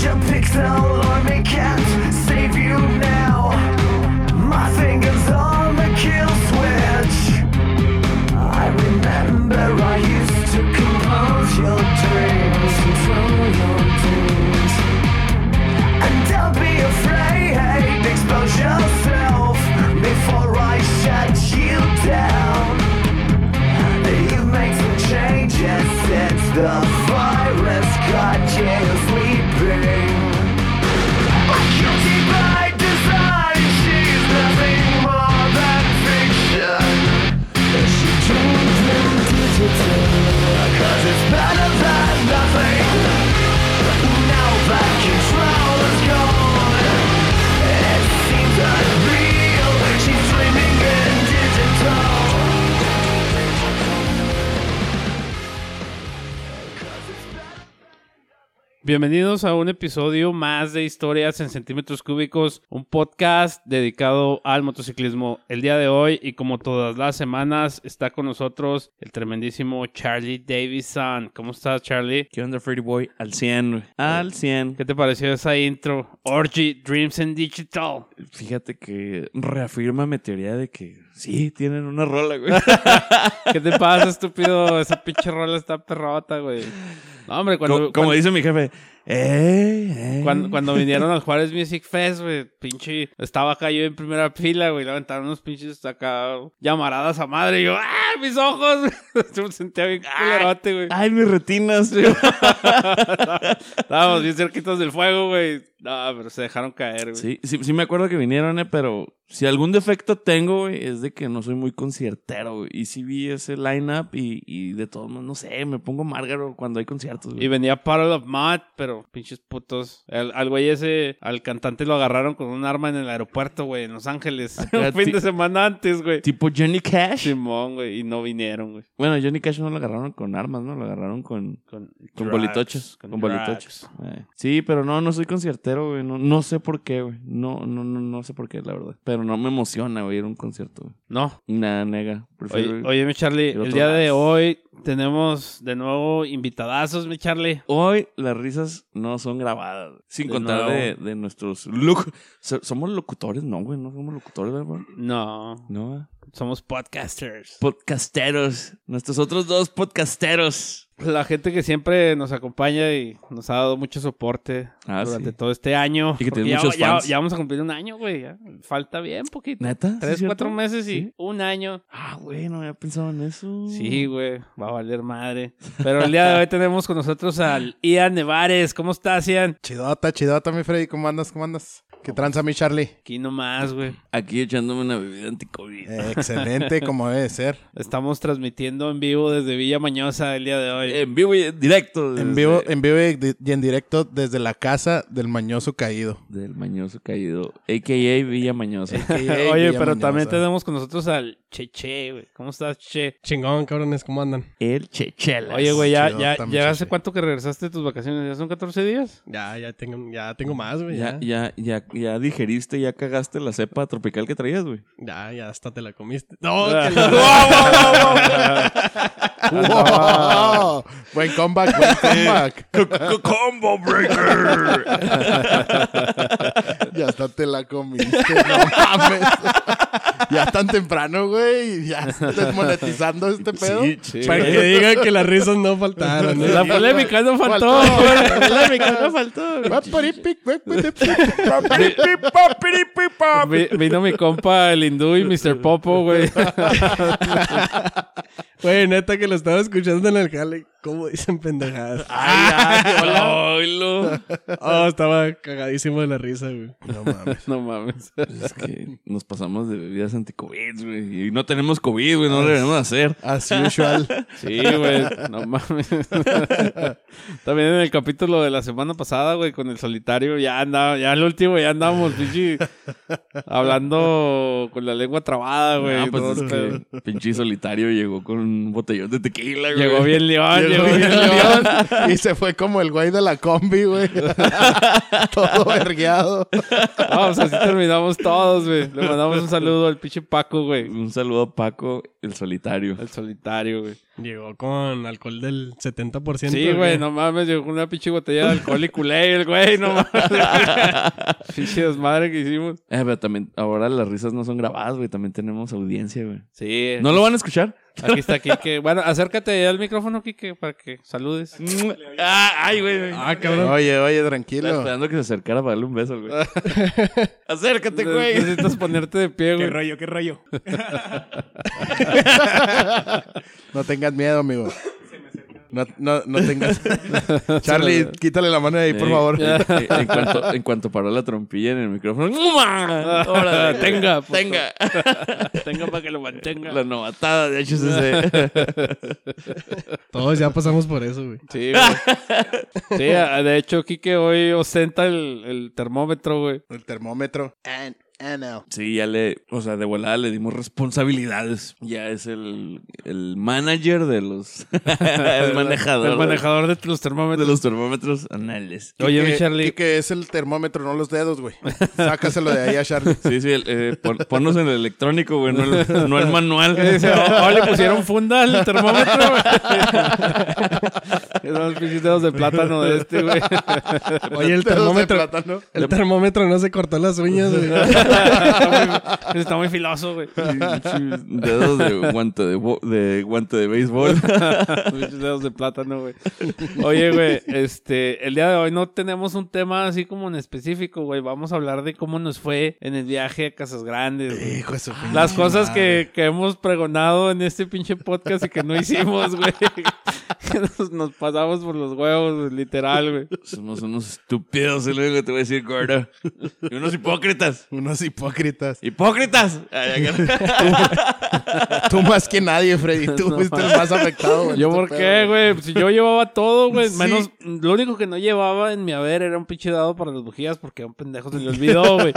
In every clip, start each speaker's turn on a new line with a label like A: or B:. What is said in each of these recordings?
A: tell them it can't save you now. My fingers on the kill switch. I remember I used to compose your dreams, control your dreams. And don't be afraid, expose yourself before I shut you down. You make some changes since the virus got you sleeping. Guilty by design, she's nothing more than fiction. She dreams in digital, 'cause it's better than nothing. Now that control is gone, it seems unreal. She's dreaming in digital.
B: Bienvenidos a un episodio más de Historias en Centímetros Cúbicos, un podcast dedicado al motociclismo. El día de hoy y como todas las semanas está con nosotros el tremendísimo Charlie Davison. ¿Cómo estás Charlie?
C: ¿Qué onda, Freddy Boy? Al 100, güey. Al 100.
B: ¿Qué te pareció esa intro? Orgy, Dreams and Digital.
C: Fíjate que reafirma mi teoría de que sí, tienen una rola, güey.
B: ¿Qué te pasa, estúpido? Esa pinche rola está perrota, güey. No, hombre, cuando...
C: como, como
B: cuando-
C: dice mi jefe, ¡eh! eh".
B: Cuando, cuando vinieron al Juárez Music Fest, güey, pinche, estaba acá yo en primera fila, güey, le aventaron unos pinches acá llamaradas a madre, y yo, ¡ah, mis ojos! Yo me sentía bien
C: Ah.
B: culerote, güey.
C: ¡Ay, mis retinas! güey.
B: Estábamos bien cerquitos del fuego, güey. No, pero se dejaron caer, güey.
C: sí, sí, sí me acuerdo que vinieron, eh, pero si algún defecto tengo, güey, es de que no soy muy conciertero, güey. Y sí vi ese line-up y, y de todos modos, no sé, me pongo márgaro cuando hay conciertos,
B: Y
C: güey.
B: venía Paddle of Mud, pero pinches putos. Al, al güey ese, al cantante lo agarraron con un arma en el aeropuerto, güey, en Los Ángeles. un fin
C: ti-
B: de semana antes, güey.
C: Tipo Johnny Cash.
B: Simón, güey, y no vinieron, güey.
C: Bueno, Johnny Cash no lo agarraron con armas, ¿no? Lo agarraron con,
B: Con,
C: Con
B: drugs,
C: bolitochos. Con,
B: drugs.
C: bolitochos. Eh. Sí, pero no, no soy conciertero, güey. No, no sé por qué, güey. No, no, no, no sé por qué, la verdad. Pero no me emociona, güey, ir a un concierto, güey.
B: No,
C: Nada, nega. Prefiero.
B: Oye, oye, mi Charlie,
C: el otro
B: el día de
C: lado.
B: hoy tenemos de nuevo invitadazos, mi Charlie.
C: Hoy las risas no son grabadas. güey. Sin
B: De
C: contar
B: nuevo.
C: de, de nuestros look. so- Somos locutores, no, güey. No somos locutores, ¿verdad? güey?
B: No, ah.
C: No. güey.
B: somos podcasters.
C: Podcasteros. Nuestros otros dos podcasteros.
B: La gente que siempre nos acompaña y nos ha dado mucho soporte
C: Ah,
B: durante
C: sí.
B: todo este año.
C: Y que
B: Porque
C: tienen
B: ya,
C: muchos
B: ya-
C: fans.
B: ya vamos a cumplir un año, güey. ya. Falta bien poquito.
C: ¿Neta? ¿Sí
B: Tres,
C: es cierto?
B: cuatro meses y
C: ¿Sí? Mm.
B: un año.
C: Ah, güey, no había pensado en eso.
B: Sí, güey, va a valer madre. Pero el día de hoy tenemos con nosotros al Ian Nevares. ¿Cómo estás, Ian?
D: Chidota, chidota, mi Freddy. ¿Cómo andas? ¿Cómo andas? ¿Qué tranza, mi Charlie?
B: Aquí nomás, güey.
C: Aquí echándome una bebida anticovid.
D: Eh, excelente, como debe de ser.
B: Estamos transmitiendo en vivo desde Villa Mañosa el día de hoy.
C: En vivo y en directo.
D: En
C: desde-
D: vivo, en vivo y di- y en directo desde la casa del mañoso caído.
C: Del Mañoso Caído, a.k.a. Villa Mañosa.
B: Oye, pero también tenemos con nosotros al Cheche, güey. ¿Cómo estás, Cheche?
E: Chingón, cabrones, ¿cómo andan?
C: El Chechelas.
B: Oye, güey, ya,
D: chido,
B: ya,
D: está mi
B: ya hace
D: Cheche.
B: cuánto que regresaste de tus vacaciones, ¿ya son 14 días?
E: Ya, ya tengo, ya tengo más, güey.
C: Ya,
E: Ya,
C: ya, ya, ya digeriste, ya cagaste la cepa tropical que traías, güey.
E: ya, ya hasta te la comiste. No,
B: Ah.
E: que la-
D: ¡Wow! Buen comeback, buen comeback.
C: ¡Combo Breaker!
D: ya hasta te la comiste, no mames. ya tan temprano, güey. Ya desmonetizando este pedo.
C: sí, sí.
E: para que digan que las risas no faltaron. ¿eh? ¿no?
B: La polémica no faltó.
D: Faltó.
B: güey.
C: La polémica no faltó. güey.
B: Vi- Vino mi compa el hindú y Mr. Popo, güey.
E: Güey, neta que lo estaba escuchando en el jale. ¿Cómo dicen pendejadas?
C: Oilo.
E: Oh, estaba cagadísimo de la risa, güey.
D: No mames.
B: No mames.
C: Pues Es que nos pasamos de bebidas anticovid, güey. Y no tenemos COVID, güey. No lo debemos hacer.
D: As usual.
B: Sí, güey. No mames. También en el capítulo de la semana pasada, güey, con el solitario, ya andaba, ya el último, ya andábamos, pinche, hablando con la lengua trabada, güey. Este,
C: Ah, pues
B: todo
C: es
B: el pedo.
C: que pinche solitario llegó con un botellón de tequila, güey.
B: Llegó bien León, llegó
D: Llegó Llegó
B: bien
D: bien
B: león.
D: león y se fue como el güey de la combi, güey. Todo vergueado.
B: Vamos, así terminamos todos, güey. Le mandamos un saludo al pinche Paco, güey.
C: Un saludo a Paco, el solitario.
B: Al solitario, güey.
E: Llegó con alcohol del 70%.
B: Sí,
E: ¿o
B: güey,
E: qué?
B: no mames, llegó con una pinche botella de alcohol y culé, el güey, no mames. pinche desmadre que hicimos.
C: Eh, pero también, ahora las risas no son grabadas, güey. También tenemos audiencia, güey.
B: Sí.
C: ¿No lo van a escuchar?
B: Aquí está Kike. Bueno, acércate al micrófono, Kike, para que saludes.
C: Ah, ay, güey.
E: Ah, cabrón.
D: Oye, oye,
C: Estaba
D: tranquilo.
C: esperando que se acercara para darle un beso, al güey. Acércate,
B: Ne-
C: güey.
B: Necesitas ponerte de pie,
E: Qué
B: güey.
E: rollo, qué rollo.
D: No tengas miedo, amigo. No, no, no tengas. Charlie, quítale la mano de ahí, por
C: Eh,
D: favor.
C: eh, eh, en, cuanto, en cuanto paró la trompilla en el micrófono. Ahora,
B: Tenga, puto.
C: Tenga.
B: Tenga para que lo mantenga.
C: La novatada de HCC.
E: Todos ya pasamos por eso, güey.
B: Sí, güey. Sí, a- de hecho, Kike hoy ostenta el, el termómetro, güey.
D: El termómetro. And, and now.
C: Sí, ya le, o sea, de volada le dimos responsabilidades. Ya es el, el manager de los. el manejador.
B: El manejador de los
C: de
B: termómetros.
C: los termómetros anales.
B: Oye, mi
D: Quique-
B: Charlie.
D: Quique, es el termómetro, no los dedos, güey. Sácaselo de ahí a Charlie.
C: Sí, sí, el, eh, pon- ponnos en el electrónico, güey, no el, no el manual.
B: ¿Qué dice? ¿O, o le pusieron funda al termómetro, güey. Esos pinches dedos de plátano de este, güey.
E: Oye, el
D: Dedos de
E: termómetro.
D: plátano.
E: El termómetro no se cortó las uñas, güey.
B: Está muy- Está muy filoso, güey.
C: Dedos de guante de, bo- de guante de béisbol.
B: Pinches dedos de plátano, güey. Oye, güey, este, el día de hoy no tenemos un tema así como en específico, güey. Vamos a hablar de cómo nos fue en el viaje a Casas Grandes, güey.
D: Hijo de su pinche
B: Ah. Las cosas
D: madre.
B: que, que hemos pregonado en este pinche podcast y que no hicimos, güey. Que nos, nos pasamos por los huevos, güey, literal, güey.
C: Somos unos estúpidos, es lo único que te voy a decir, gordo. Y unos hipócritas.
D: Unos hipócritas.
C: ¡Hipócritas! Ay, acá-
D: Tú más que nadie, Freddy. Tú fuiste el más afectado, güey.
B: ¿Yo
D: Este
B: por
D: pedo,
B: qué, güey? Si yo llevaba todo, güey.
D: Sí.
B: Menos, lo único que no llevaba en mi haber era un pinche dado para las bujías porque a un pendejo se le olvidó, güey.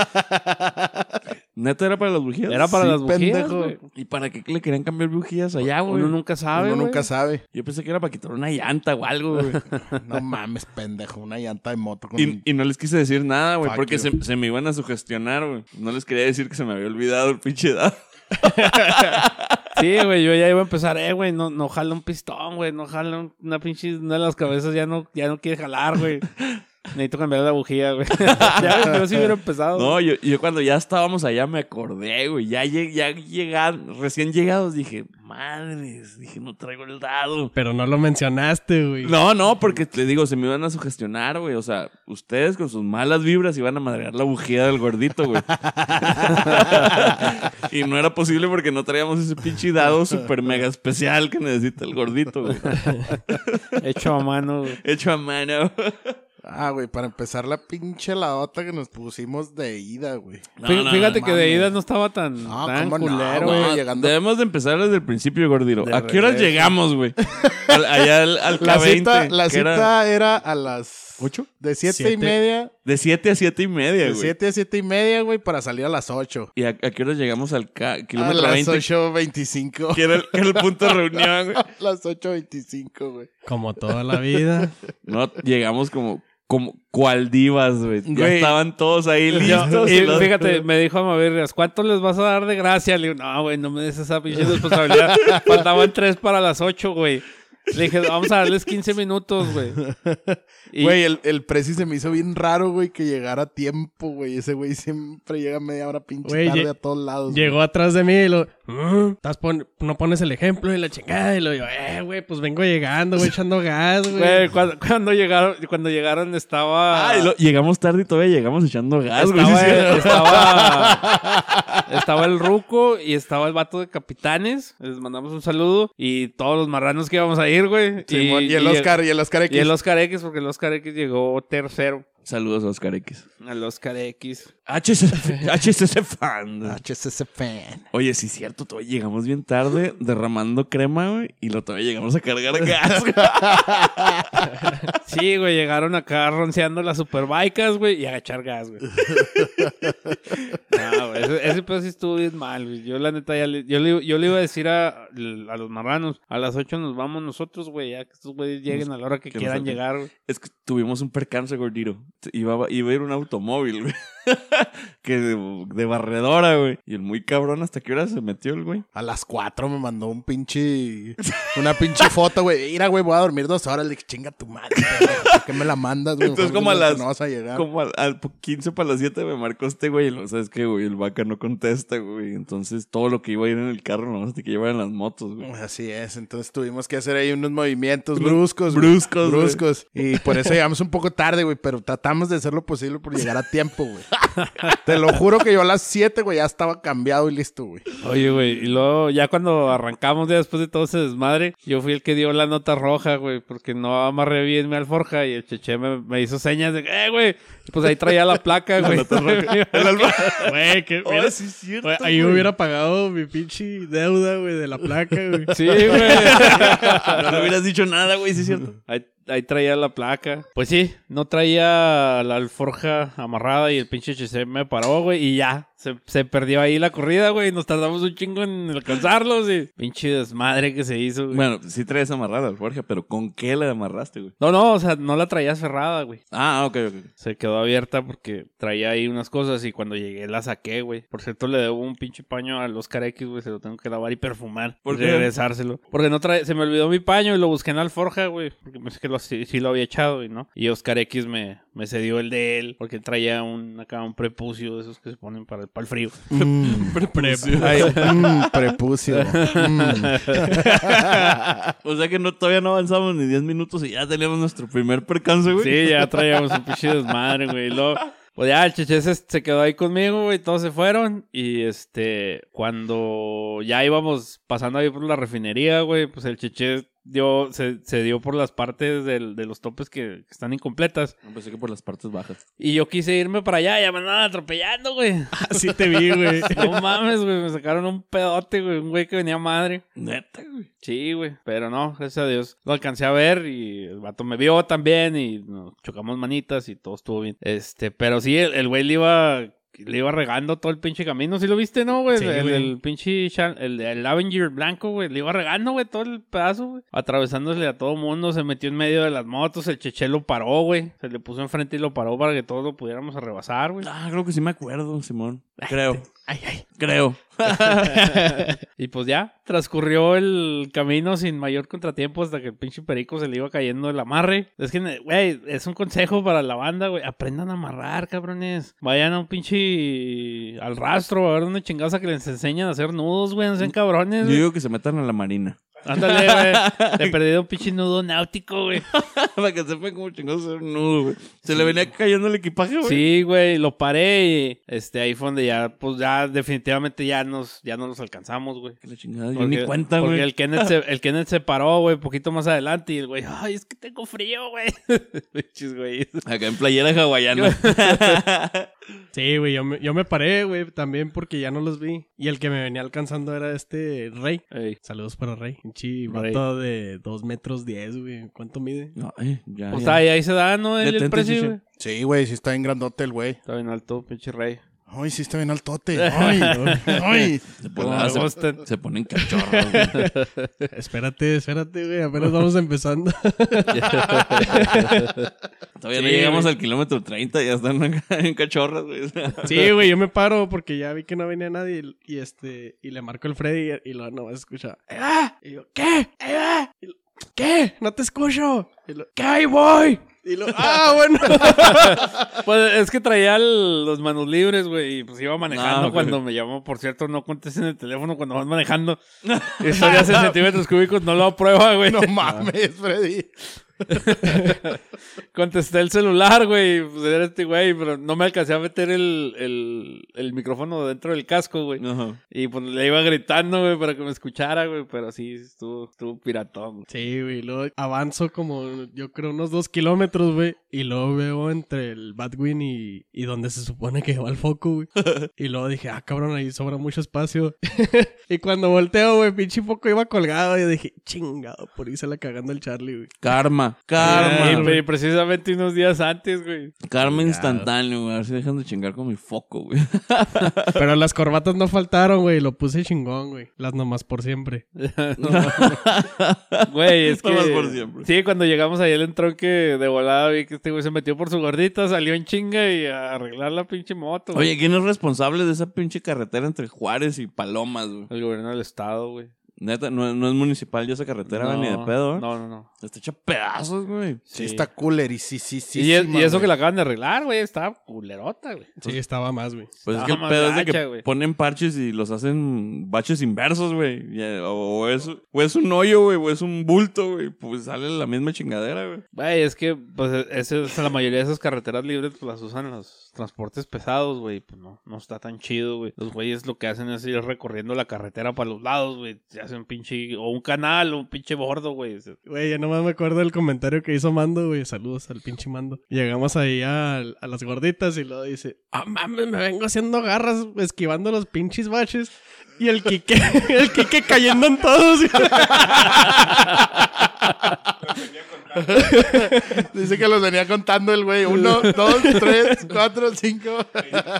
C: ¿Neta era para las bujías?
B: Era para
D: Sí,
B: las bujías,
D: pendejo.
B: güey.
C: ¿Y para qué le querían cambiar bujías allá, güey?
B: Uno nunca sabe,
D: Uno
B: güey.
D: nunca sabe.
C: Yo pensé que era para quitar una llanta o algo, güey.
D: No mames, pendejo. Una llanta de moto con
C: Y, y no les quise decir nada, güey,
D: Fuck
C: porque
D: you.
C: se, se me iban a sugestionar, güey. No les quería decir que se me había olvidado el pinche dado.
B: Sí, güey, yo ya iba a empezar, eh, güey, no, no jala un pistón, güey, no jala un- una pinche, una de las cabezas ya no, ya no quiere jalar, güey. Necesito cambiar la bujía, güey. ya, güey, yo sí hubiera empezado.
C: No, yo, yo cuando ya estábamos allá me acordé, güey. Ya, lleg- ya llegan, recién llegados dije, madres, dije, no traigo el dado.
E: Pero no lo mencionaste, güey.
C: No, no, porque te digo, se me iban a sugestionar, güey. O sea, ustedes con sus malas vibras iban a madrear la bujía del gordito, güey. y no era posible porque no traíamos ese pinche dado super mega especial que necesita el gordito, güey.
B: Hecho a mano, güey.
C: Hecho a mano.
D: Ah, güey, para empezar la pinche lavata que nos pusimos de ida, güey.
C: No,
B: Fí-
C: no,
B: Fíjate
D: no
B: que de
D: mames.
B: ida no estaba tan,
D: No,
B: tan
D: cómo no,
B: culero,
D: güey.
B: güey.
C: No,
D: llegando-
C: Debemos de empezar desde el principio, gordito.
B: De
C: ¿A qué horas
B: regreso.
C: llegamos, güey? Al- allá al, al
D: La
C: K20,
D: cita, la
C: que era
D: cita era a las...
C: ¿Ocho?
D: De siete, y
E: Siete.
D: media.
C: de 7 a 7 y media,
D: De
C: güey.
D: siete a siete y media, güey, para salir a las ocho.
C: ¿Y a, a qué horas llegamos al K-
D: A
C: kilómetro
D: las
C: 20?
D: ocho veinticinco.
C: Que era, el- que era el punto de reunión, güey.
D: A las ocho veinticinco, güey.
E: Como toda la vida.
C: No, llegamos como, como cual divas, güey. Ya
B: Güey.
C: estaban todos ahí
B: Yo-
C: listos.
B: y
C: los-
B: fíjate, me dijo a Mavergas, ¿cuánto les vas a dar de gracia? Le digo, no, güey, no me des esa pinche responsabilidad. Faltaban tres para las ocho, güey. Le dije, vamos a darles 15 minutos, güey. Y-
D: Güey, el, el preci se me hizo bien raro, güey, que llegara a tiempo, güey. Ese güey siempre llega media hora pinche
E: Güey,
D: tarde
E: lle-
D: a todos lados.
E: Llegó atrás de mí y lo. "Mm, estás pon- no pones el ejemplo y la chingada. Y lo yo, eh, güey, pues vengo llegando, güey, echando gas,
B: Güey,
E: güey.
B: cuando, cuando llegaron, cuando llegaron estaba.
C: Ah, y lo- llegamos tarde y todavía llegamos echando gas, güey.
B: estaba,
C: Sí, sí.
B: estaba, estaba el ruco y estaba el vato de capitanes. Les mandamos un saludo. Y todos los marranos que íbamos a ir, güey.
D: Simón, y, el
B: y-
D: Oscar, y el Oscar
B: Y
D: X.
B: el Oscar X, porque el Oscar X llegó tercero.
C: Saludos a Oscar X.
B: Al Oscar X.
C: HCC, HCC fan.
D: HSS fan.
C: Oye, sí, cierto, todavía llegamos bien tarde derramando crema, güey, y lo todavía llegamos a cargar gas, güey.
B: Sí, güey, llegaron acá ronceando las superbikes, güey, y a echar gas, güey. No, güey, ese, ese pedo sí estuvo bien mal, güey. Yo la neta ya le, yo le, yo le iba a decir a, a los marranos, a las 8 nos vamos nosotros, güey, ya que estos güeyes lleguen a la hora que,
C: Que
B: quieran
C: nosotros-
B: llegar, güey.
C: Es que tuvimos un percance, gordito. Iba, iba a ir un automóvil, güey. que de, de barredora, güey. Y el muy cabrón, ¿hasta qué hora se metió el güey?
D: A las 4 me mandó un pinche. Una pinche foto, güey. Mira, güey, voy a dormir dos horas. Le dije, chinga tu madre. güey, ¿Por qué me la mandas, güey?
C: Entonces,
D: Mejor
C: como a
D: dime que
C: las-
D: pues, No vas a llegar.
C: Como al, al po- 15 para las 7 me marcó este güey. y lo- ¿Sabes qué, güey? El vaca no contesta, güey. Entonces todo lo que iba a ir en el carro, nomás te que llevar en las motos, güey.
D: Así es, entonces tuvimos que hacer ahí unos movimientos bruscos. güey.
C: bruscos, güey.
D: Bruscos. Y por eso llegamos un poco tarde, güey, pero tratamos de hacer lo posible por llegar a tiempo, güey. Te lo juro que yo a las 7, güey, ya estaba cambiado y listo, güey.
B: Oye, güey, y luego ya cuando arrancamos, ya después de todo ese desmadre, yo fui el que dio la nota roja, güey, porque no amarré bien mi alforja y el cheche me, me hizo señas de, eh, güey, pues ahí traía la placa, güey.
C: El alma-
E: Güey, que.
C: Oh,
E: mira,
C: sí es cierto,
E: güey, ahí
C: güey.
E: hubiera pagado mi pinche deuda, güey, de la placa, güey.
B: Sí, güey.
C: No le hubieras dicho nada, güey, sí es cierto.
B: Ahí, ahí traía la placa. Pues sí, no traía la alforja amarrada y el pinche HC me paró, güey, y ya. Se, se perdió ahí la corrida, güey. Nos tardamos un chingo en alcanzarlos y pinche desmadre que se hizo, güey.
C: Bueno, sí traes amarrada la alforja, pero ¿con qué la amarraste, güey?
B: No, no, o sea, no la traía cerrada, güey.
C: Ah, ok, ok.
B: Se quedó abierta porque traía ahí unas cosas y cuando llegué la saqué, güey. Por cierto, le debo un pinche paño al Oscar X, güey. Se lo tengo que lavar y perfumar.
C: ¿Por
B: y
C: qué?
B: Regresárselo. Porque no trae, se me olvidó mi paño y lo busqué en la alforja, güey. Porque pensé que lo, sí, sí lo había echado y no. Y Oscar X me, me cedió el de él porque traía un, acá un prepucio de esos que se ponen para el, para el frío.
D: Ay, mm, prepucio. Mm.
C: O sea que no, todavía no avanzamos ni 10 minutos y ya teníamos nuestro primer percance, güey.
B: Sí, ya traíamos un pinche desmadre, güey. Y luego, pues ya, el cheche se, se quedó ahí conmigo, güey. Todos se fueron. Y este, cuando ya íbamos pasando ahí por la refinería, güey, pues el cheche dio, se, se dio por las partes del- de los topes que, que están incompletas.
C: No, Pensé que por las partes bajas.
B: Y yo quise irme para allá, ya me andaban atropellando, güey.
E: Así te vi, güey.
B: No mames, güey. Me sacaron un pedote, güey. Un güey que venía madre.
C: Neta, güey.
B: Sí, güey, pero no, gracias a Dios. Lo alcancé a ver y el vato me vio también y nos chocamos manitas y todo estuvo bien. Este, pero sí, el el güey le iba, le iba regando todo el pinche camino. ¿Sí lo viste, no, güey?
E: Sí,
B: el,
E: güey.
B: el pinche, Shan- el, el Avenger blanco, güey, le iba regando, güey, todo el pedazo, güey. Atravesándosele a todo mundo, se metió en medio de las motos, el cheche lo paró, güey. Se le puso enfrente y lo paró para que todos lo pudiéramos rebasar, güey.
C: Ah, creo que sí me acuerdo, Simón. Creo. Ay, ay. Creo.
B: Y pues ya, transcurrió el camino sin mayor contratiempo hasta que el pinche perico se le iba cayendo el amarre. Es que, güey, es un consejo para la banda, güey. Aprendan a amarrar, cabrones. Vayan a un pinche. al rastro, a ver dónde chingados a que les enseñan a hacer nudos, güey. No sean cabrones,
C: Yo
B: güey.
C: digo que se metan a la marina.
B: Ándale, güey. Le perdí un pinche nudo náutico, güey.
C: Para que sepan cómo chingados hacer un nudo, güey. Se le venía cayendo el equipaje, güey.
B: Sí, güey, lo paré y este, ahí fue donde ya, pues ya definitivamente ya nos, ya no los alcanzamos, güey.
C: Que la chingada, yo ni cuenta,
B: porque
C: güey.
B: el Kenneth, se, el Kenneth se paró, güey, poquito más adelante. Y el güey, ay, es que tengo frío, güey. Pinches güeyes.
C: Acá en playera hawaiana.
E: Sí, güey, yo me, yo me paré, güey, también porque ya no los vi. Y el que me venía alcanzando era este Rey.
B: Ey,
E: Saludos para Rey. Pinche
B: Rey.
E: vato de 2 metros 10, güey. ¿Cuánto mide?
C: no, eh, ya,
B: Pues
C: ya.
B: ahí, ahí se da, ¿no? El,
C: Detente,
B: el precio,
C: Chiche.
B: güey.
D: Sí, güey, sí está bien grandote el güey.
B: Está bien alto, pinche rey.
D: Ay, sí está bien altote. Ay, ay.
C: Se, ponen-
B: Ah,
C: se-
B: Austin.
C: se ponen cachorros, güey.
E: Espérate, espérate, güey. Apenas vamos empezando.
C: Todavía no
E: Sí,
C: llegamos
E: güey.
C: al kilómetro 30 y ya están acá en cachorros, güey.
E: Sí, güey, yo me paro porque ya vi que no venía nadie y, y este y le marco el Freddy y lo no escucha. "Ahí va". Y yo, ¿qué? Ahí va". Y lo, ¿Qué? No te escucho. Y lo, ¿qué ahí voy? Y lo, ah, bueno.
B: Pues es que traía el- los manos libres, güey. Y pues iba manejando
C: No, güey.
B: cuando me llamó. Por cierto, no contesten el teléfono cuando vas manejando. Eso ya hace centímetros cúbicos, no lo aprueba, güey.
D: No mames, Freddy.
B: Contesté el celular, güey. y, Pues era este güey, pero no me alcancé a meter el, el, el micrófono dentro del casco, güey.
C: No.
B: Y pues le iba gritando, güey, para que me escuchara, güey, pero sí, estuvo, estuvo piratón. güey.
E: Sí, güey, luego avanzo como yo creo unos dos kilómetros, güey. Y luego veo entre el Batwin y, y donde se supone que va el foco, güey. Y luego dije, ah, cabrón, ahí sobra mucho espacio. y cuando volteo, güey, pinche foco iba colgado. Y dije, chingado, por irse la cagando el Charlie, güey.
C: Karma, Karma. Karma.
B: Y, y precisamente unos días antes, güey.
C: Karma instantáneo, güey. A ver si dejan de chingar con mi foco, güey.
E: Pero las corbatas no faltaron, güey. Lo puse chingón, güey. Las nomás por siempre.
B: Güey, es que.
C: Nomás por siempre.
B: Sí, cuando llegamos ahí al entronque de volada, vi que este güey se metió por su gordita, salió en chinga y a arreglar la pinche moto. güey.
C: Oye, ¿quién es responsable de esa pinche carretera entre Juárez y Palomas, güey?
B: El gobierno del estado, güey.
C: Neta, no, no es municipal yo esa carretera, güey, ni de pedo, ¿eh?
B: No, no, no.
C: Está hecha pedazos, güey.
D: Sí, está cooler y sí, sí, sí.
B: y, es-
D: sí,
B: y eso
D: güey.
B: que la acaban de arreglar, güey, estaba culerota, güey.
E: Sí, estaba más, güey.
C: Pues es
B: Estaba
C: que el
B: más
C: pedo es de
B: gacha,
C: que
B: güey.
C: ponen parches y los hacen baches inversos, güey. Y, eh, O, o es, o es un hoyo, güey, o es un bulto, güey. Pues sale la misma chingadera, güey.
B: Güey, es que pues, ese- o sea, la mayoría de esas carreteras libres pues, las usan los transportes pesados, güey. Pues no, no está tan chido, güey. Los güeyes lo que hacen es ir recorriendo la carretera para los lados, güey. Se hace un pinche, o un canal, o un pinche bordo, güey. Se-
E: Güey, ya nomás me acuerdo del comentario que hizo Mando, güey. Saludos al pinche Mando. Llegamos ahí al- a, las gorditas y luego dice, ah, mames, me vengo haciendo garras, esquivando los pinches baches. Y el Quique, el Quique cayendo en todos.
D: Dice que los venía contando el güey. Uno, dos, tres, cuatro, cinco.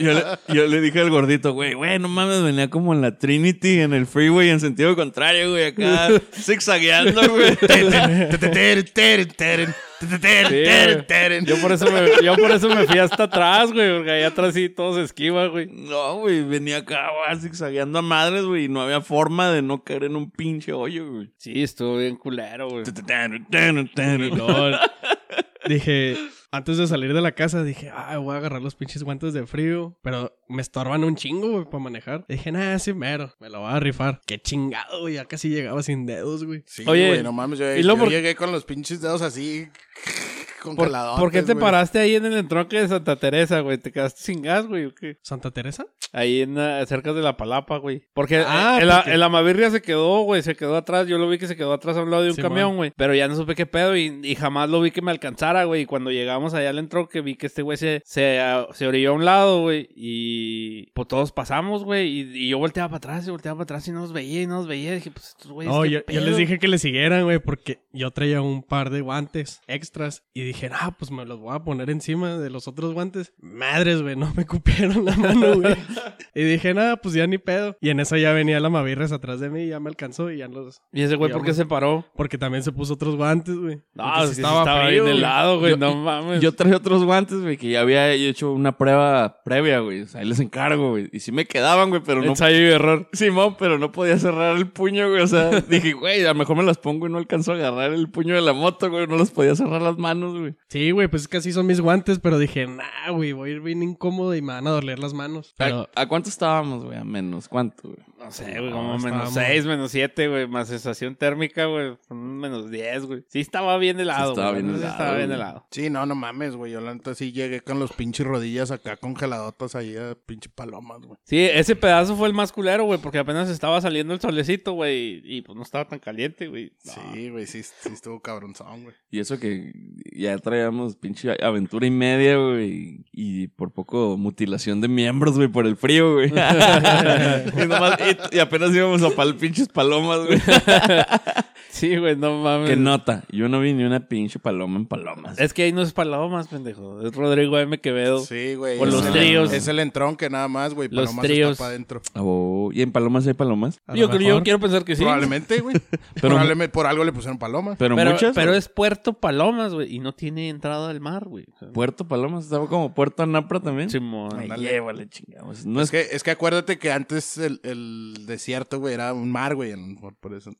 C: Yo le, yo le dije al gordito, güey, güey, no mames, venía como en la Trinity, en el freeway, en sentido contrario, güey, acá, zigzagueando, güey.
D: Teren, teren, teren, teren,
B: Sí,
D: teren,
B: güey.
D: teren.
B: Yo por eso me, yo por eso me fui hasta atrás, güey, porque allá atrás sí todo se esquiva, güey.
C: No, güey, venía acá, güey, zigzagueando a madres, güey, y no había forma de no caer en un pinche hoyo, güey.
B: Sí, estuvo bien culero, güey.
E: Dije, antes de salir de la casa, dije, ah, voy a agarrar los pinches guantes de frío. Pero me estorban un chingo, güey, para manejar. Dije, nah, sí, mero, me lo voy a rifar. Qué chingado, güey, ya casi llegaba sin dedos, güey.
D: Sí,
B: Oye,
D: güey, no mames. Yo,
B: ¿y luego
D: yo
B: por-
D: llegué con los pinches dedos así, con
B: ¿Por,
D: coladotes,
B: por qué te
D: güey.
B: paraste ahí en el entronque de Santa Teresa, güey? ¿Te quedaste sin gas, güey? ¿O qué?
E: ¿Santa Teresa?
B: Ahí en, eh, cerca de la palapa, güey. Porque
E: Ah,
B: eh, el,
E: porque-
B: el Amavirria se quedó, güey. Se quedó atrás. Yo lo vi que se quedó atrás a un lado de un
E: Simón.
B: camión, güey. Pero ya no supe qué pedo y, y jamás lo vi que me alcanzara, güey. Y cuando llegamos allá al entró que vi que este güey se, se, ah, se orilló a un lado, güey. Y pues todos pasamos, güey. Y, y yo volteaba para atrás y volteaba para atrás y no nos veía y no nos veía. Dije, pues estos güeyes.
E: No,
B: ¿qué
E: yo, yo
B: pedo?
E: les dije que le siguieran, güey, porque yo traía un par de guantes extras y dije, ah, pues me los voy a poner encima de los otros guantes. Madres, güey, no me cupieron la mano, güey. y dije, nada, pues ya ni pedo. Y en eso ya venía la Mavirres atrás de mí y ya me alcanzó y ya los.
B: ¿Y ese güey por qué
E: Digamos-
B: se paró?
E: Porque también se puso otros guantes, güey.
B: No,
E: Porque sí
B: sí estaba, bien
E: güey.
B: helado, güey.
C: Yo-
B: No mames.
C: Yo traje otros guantes, güey, que ya había hecho una prueba previa, güey. O sea, ahí les encargo, güey. Y sí me quedaban, güey, pero no.
B: Ensayo y error.
C: Simón, pero no podía cerrar el puño, güey. O sea, dije, güey, a lo mejor me las pongo y no alcanzo a agarrar el puño de la moto, güey. No las podía cerrar las manos, güey.
E: Sí, güey, pues es que así son mis guantes, pero dije, nah, güey, voy a ir bien incómodo y me van a doler las manos. Pero
C: ¿A, a cuánto estábamos, güey? A menos, ¿cuánto, güey?
B: No sé, güey, como
E: No,
B: menos
E: estábamos-
B: 6, menos 7, güey, más sensación térmica, güey, un menos 10, güey. Sí estaba bien helado,
C: estaba
B: güey,
C: bien
B: la neta sí
C: helado,
B: estaba bien
C: güey.
B: helado.
D: Sí, no, no mames, güey. Yo la neta sí llegué con los pinches rodillas acá congeladotas ahí a pinche palomas, güey.
B: Sí, ese pedazo fue el más culero, güey, porque apenas estaba saliendo el solecito, güey, y, y, pues no estaba tan caliente, güey. No.
D: Sí, güey, sí, sí estuvo cabronzón, güey.
C: Y eso que ya traíamos pinche aventura y media, güey. Y por poco mutilación de miembros, güey, por el frío, güey. y, nomás- y- y apenas íbamos a pal pinches palomas, güey.
B: Sí, güey, no mames.
C: Qué nota. Yo no vi ni una pinche paloma en palomas.
B: Es que ahí no es Palomas, pendejo, es Rodrigo M. Quevedo.
D: Sí, güey.
B: Con
D: es
B: los
D: el-
B: tríos.
D: Es el entronque nada más, güey.
B: Los
D: palomas
B: tríos.
D: está para adentro.
C: Oh, ¿Y en palomas hay palomas?
E: a lo
B: Yo, creo- yo
E: mejor-
B: quiero pensar que sí.
D: Probablemente, güey. Probablemente por algo le pusieron palomas.
C: Pero,
B: Pero,
C: muchas.
B: pero es Puerto Palomas, güey, y no tiene entrada al mar, güey. O sea,
C: Puerto Palomas, estaba como Puerto Anapra también.
B: Simón.
C: Me
D: Ándale.
C: llévale, chingados. No
D: Es
C: es que.
D: que, es que acuérdate que antes el, el desierto, güey, era un mar, güey. en- Por, por eso.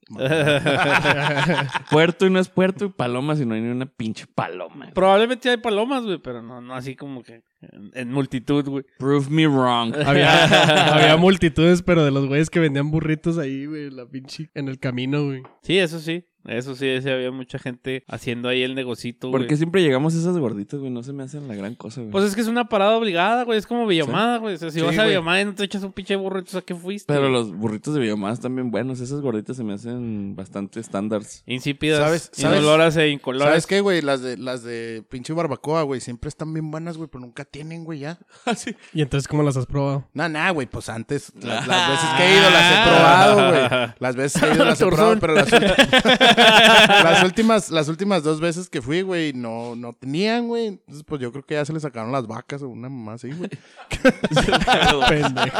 C: Puerto y no es puerto y palomas y no hay ni una pinche paloma.
B: Probablemente hay palomas, güey, pero no, no así como que en, en multitud, güey.
C: Prove me wrong.
E: Había, había multitudes, pero de los güeyes que vendían burritos ahí, güey, la pinche en el camino, güey.
B: Sí, eso sí. Eso sí, sí había mucha gente haciendo ahí el negocito, güey.
C: ¿Por qué siempre llegamos a esas gorditas, güey? No se me hacen la gran cosa, güey.
B: Pues es que es una parada obligada, güey. Es como Villomada, güey. O sea, si
D: Sí,
B: vas a
D: güey.
B: Villomada y no te echas un pinche burro, entonces ¿a qué fuiste?
C: Pero los burritos de biomás también buenos. Esas gorditas se me hacen bastante estándares.
B: Insípidas,
D: ¿Sabes- sabes-
B: indoloras e incoloras.
D: ¿Sabes qué, güey? Las de, las de pinche barbacoa, güey, siempre están bien buenas, güey, pero nunca tienen, güey, ya.
E: Y entonces, ¿cómo las has probado?
D: No, no, güey, pues Ah. antes, las, las veces que he ido las he probado, güey. Las veces que he ido las he probado, pero las, ul- las últimas, las últimas dos veces que fui, güey, no, no tenían, güey. Entonces, pues yo creo que ya se le sacaron las vacas o una mamá así, güey.
E: Pendejo.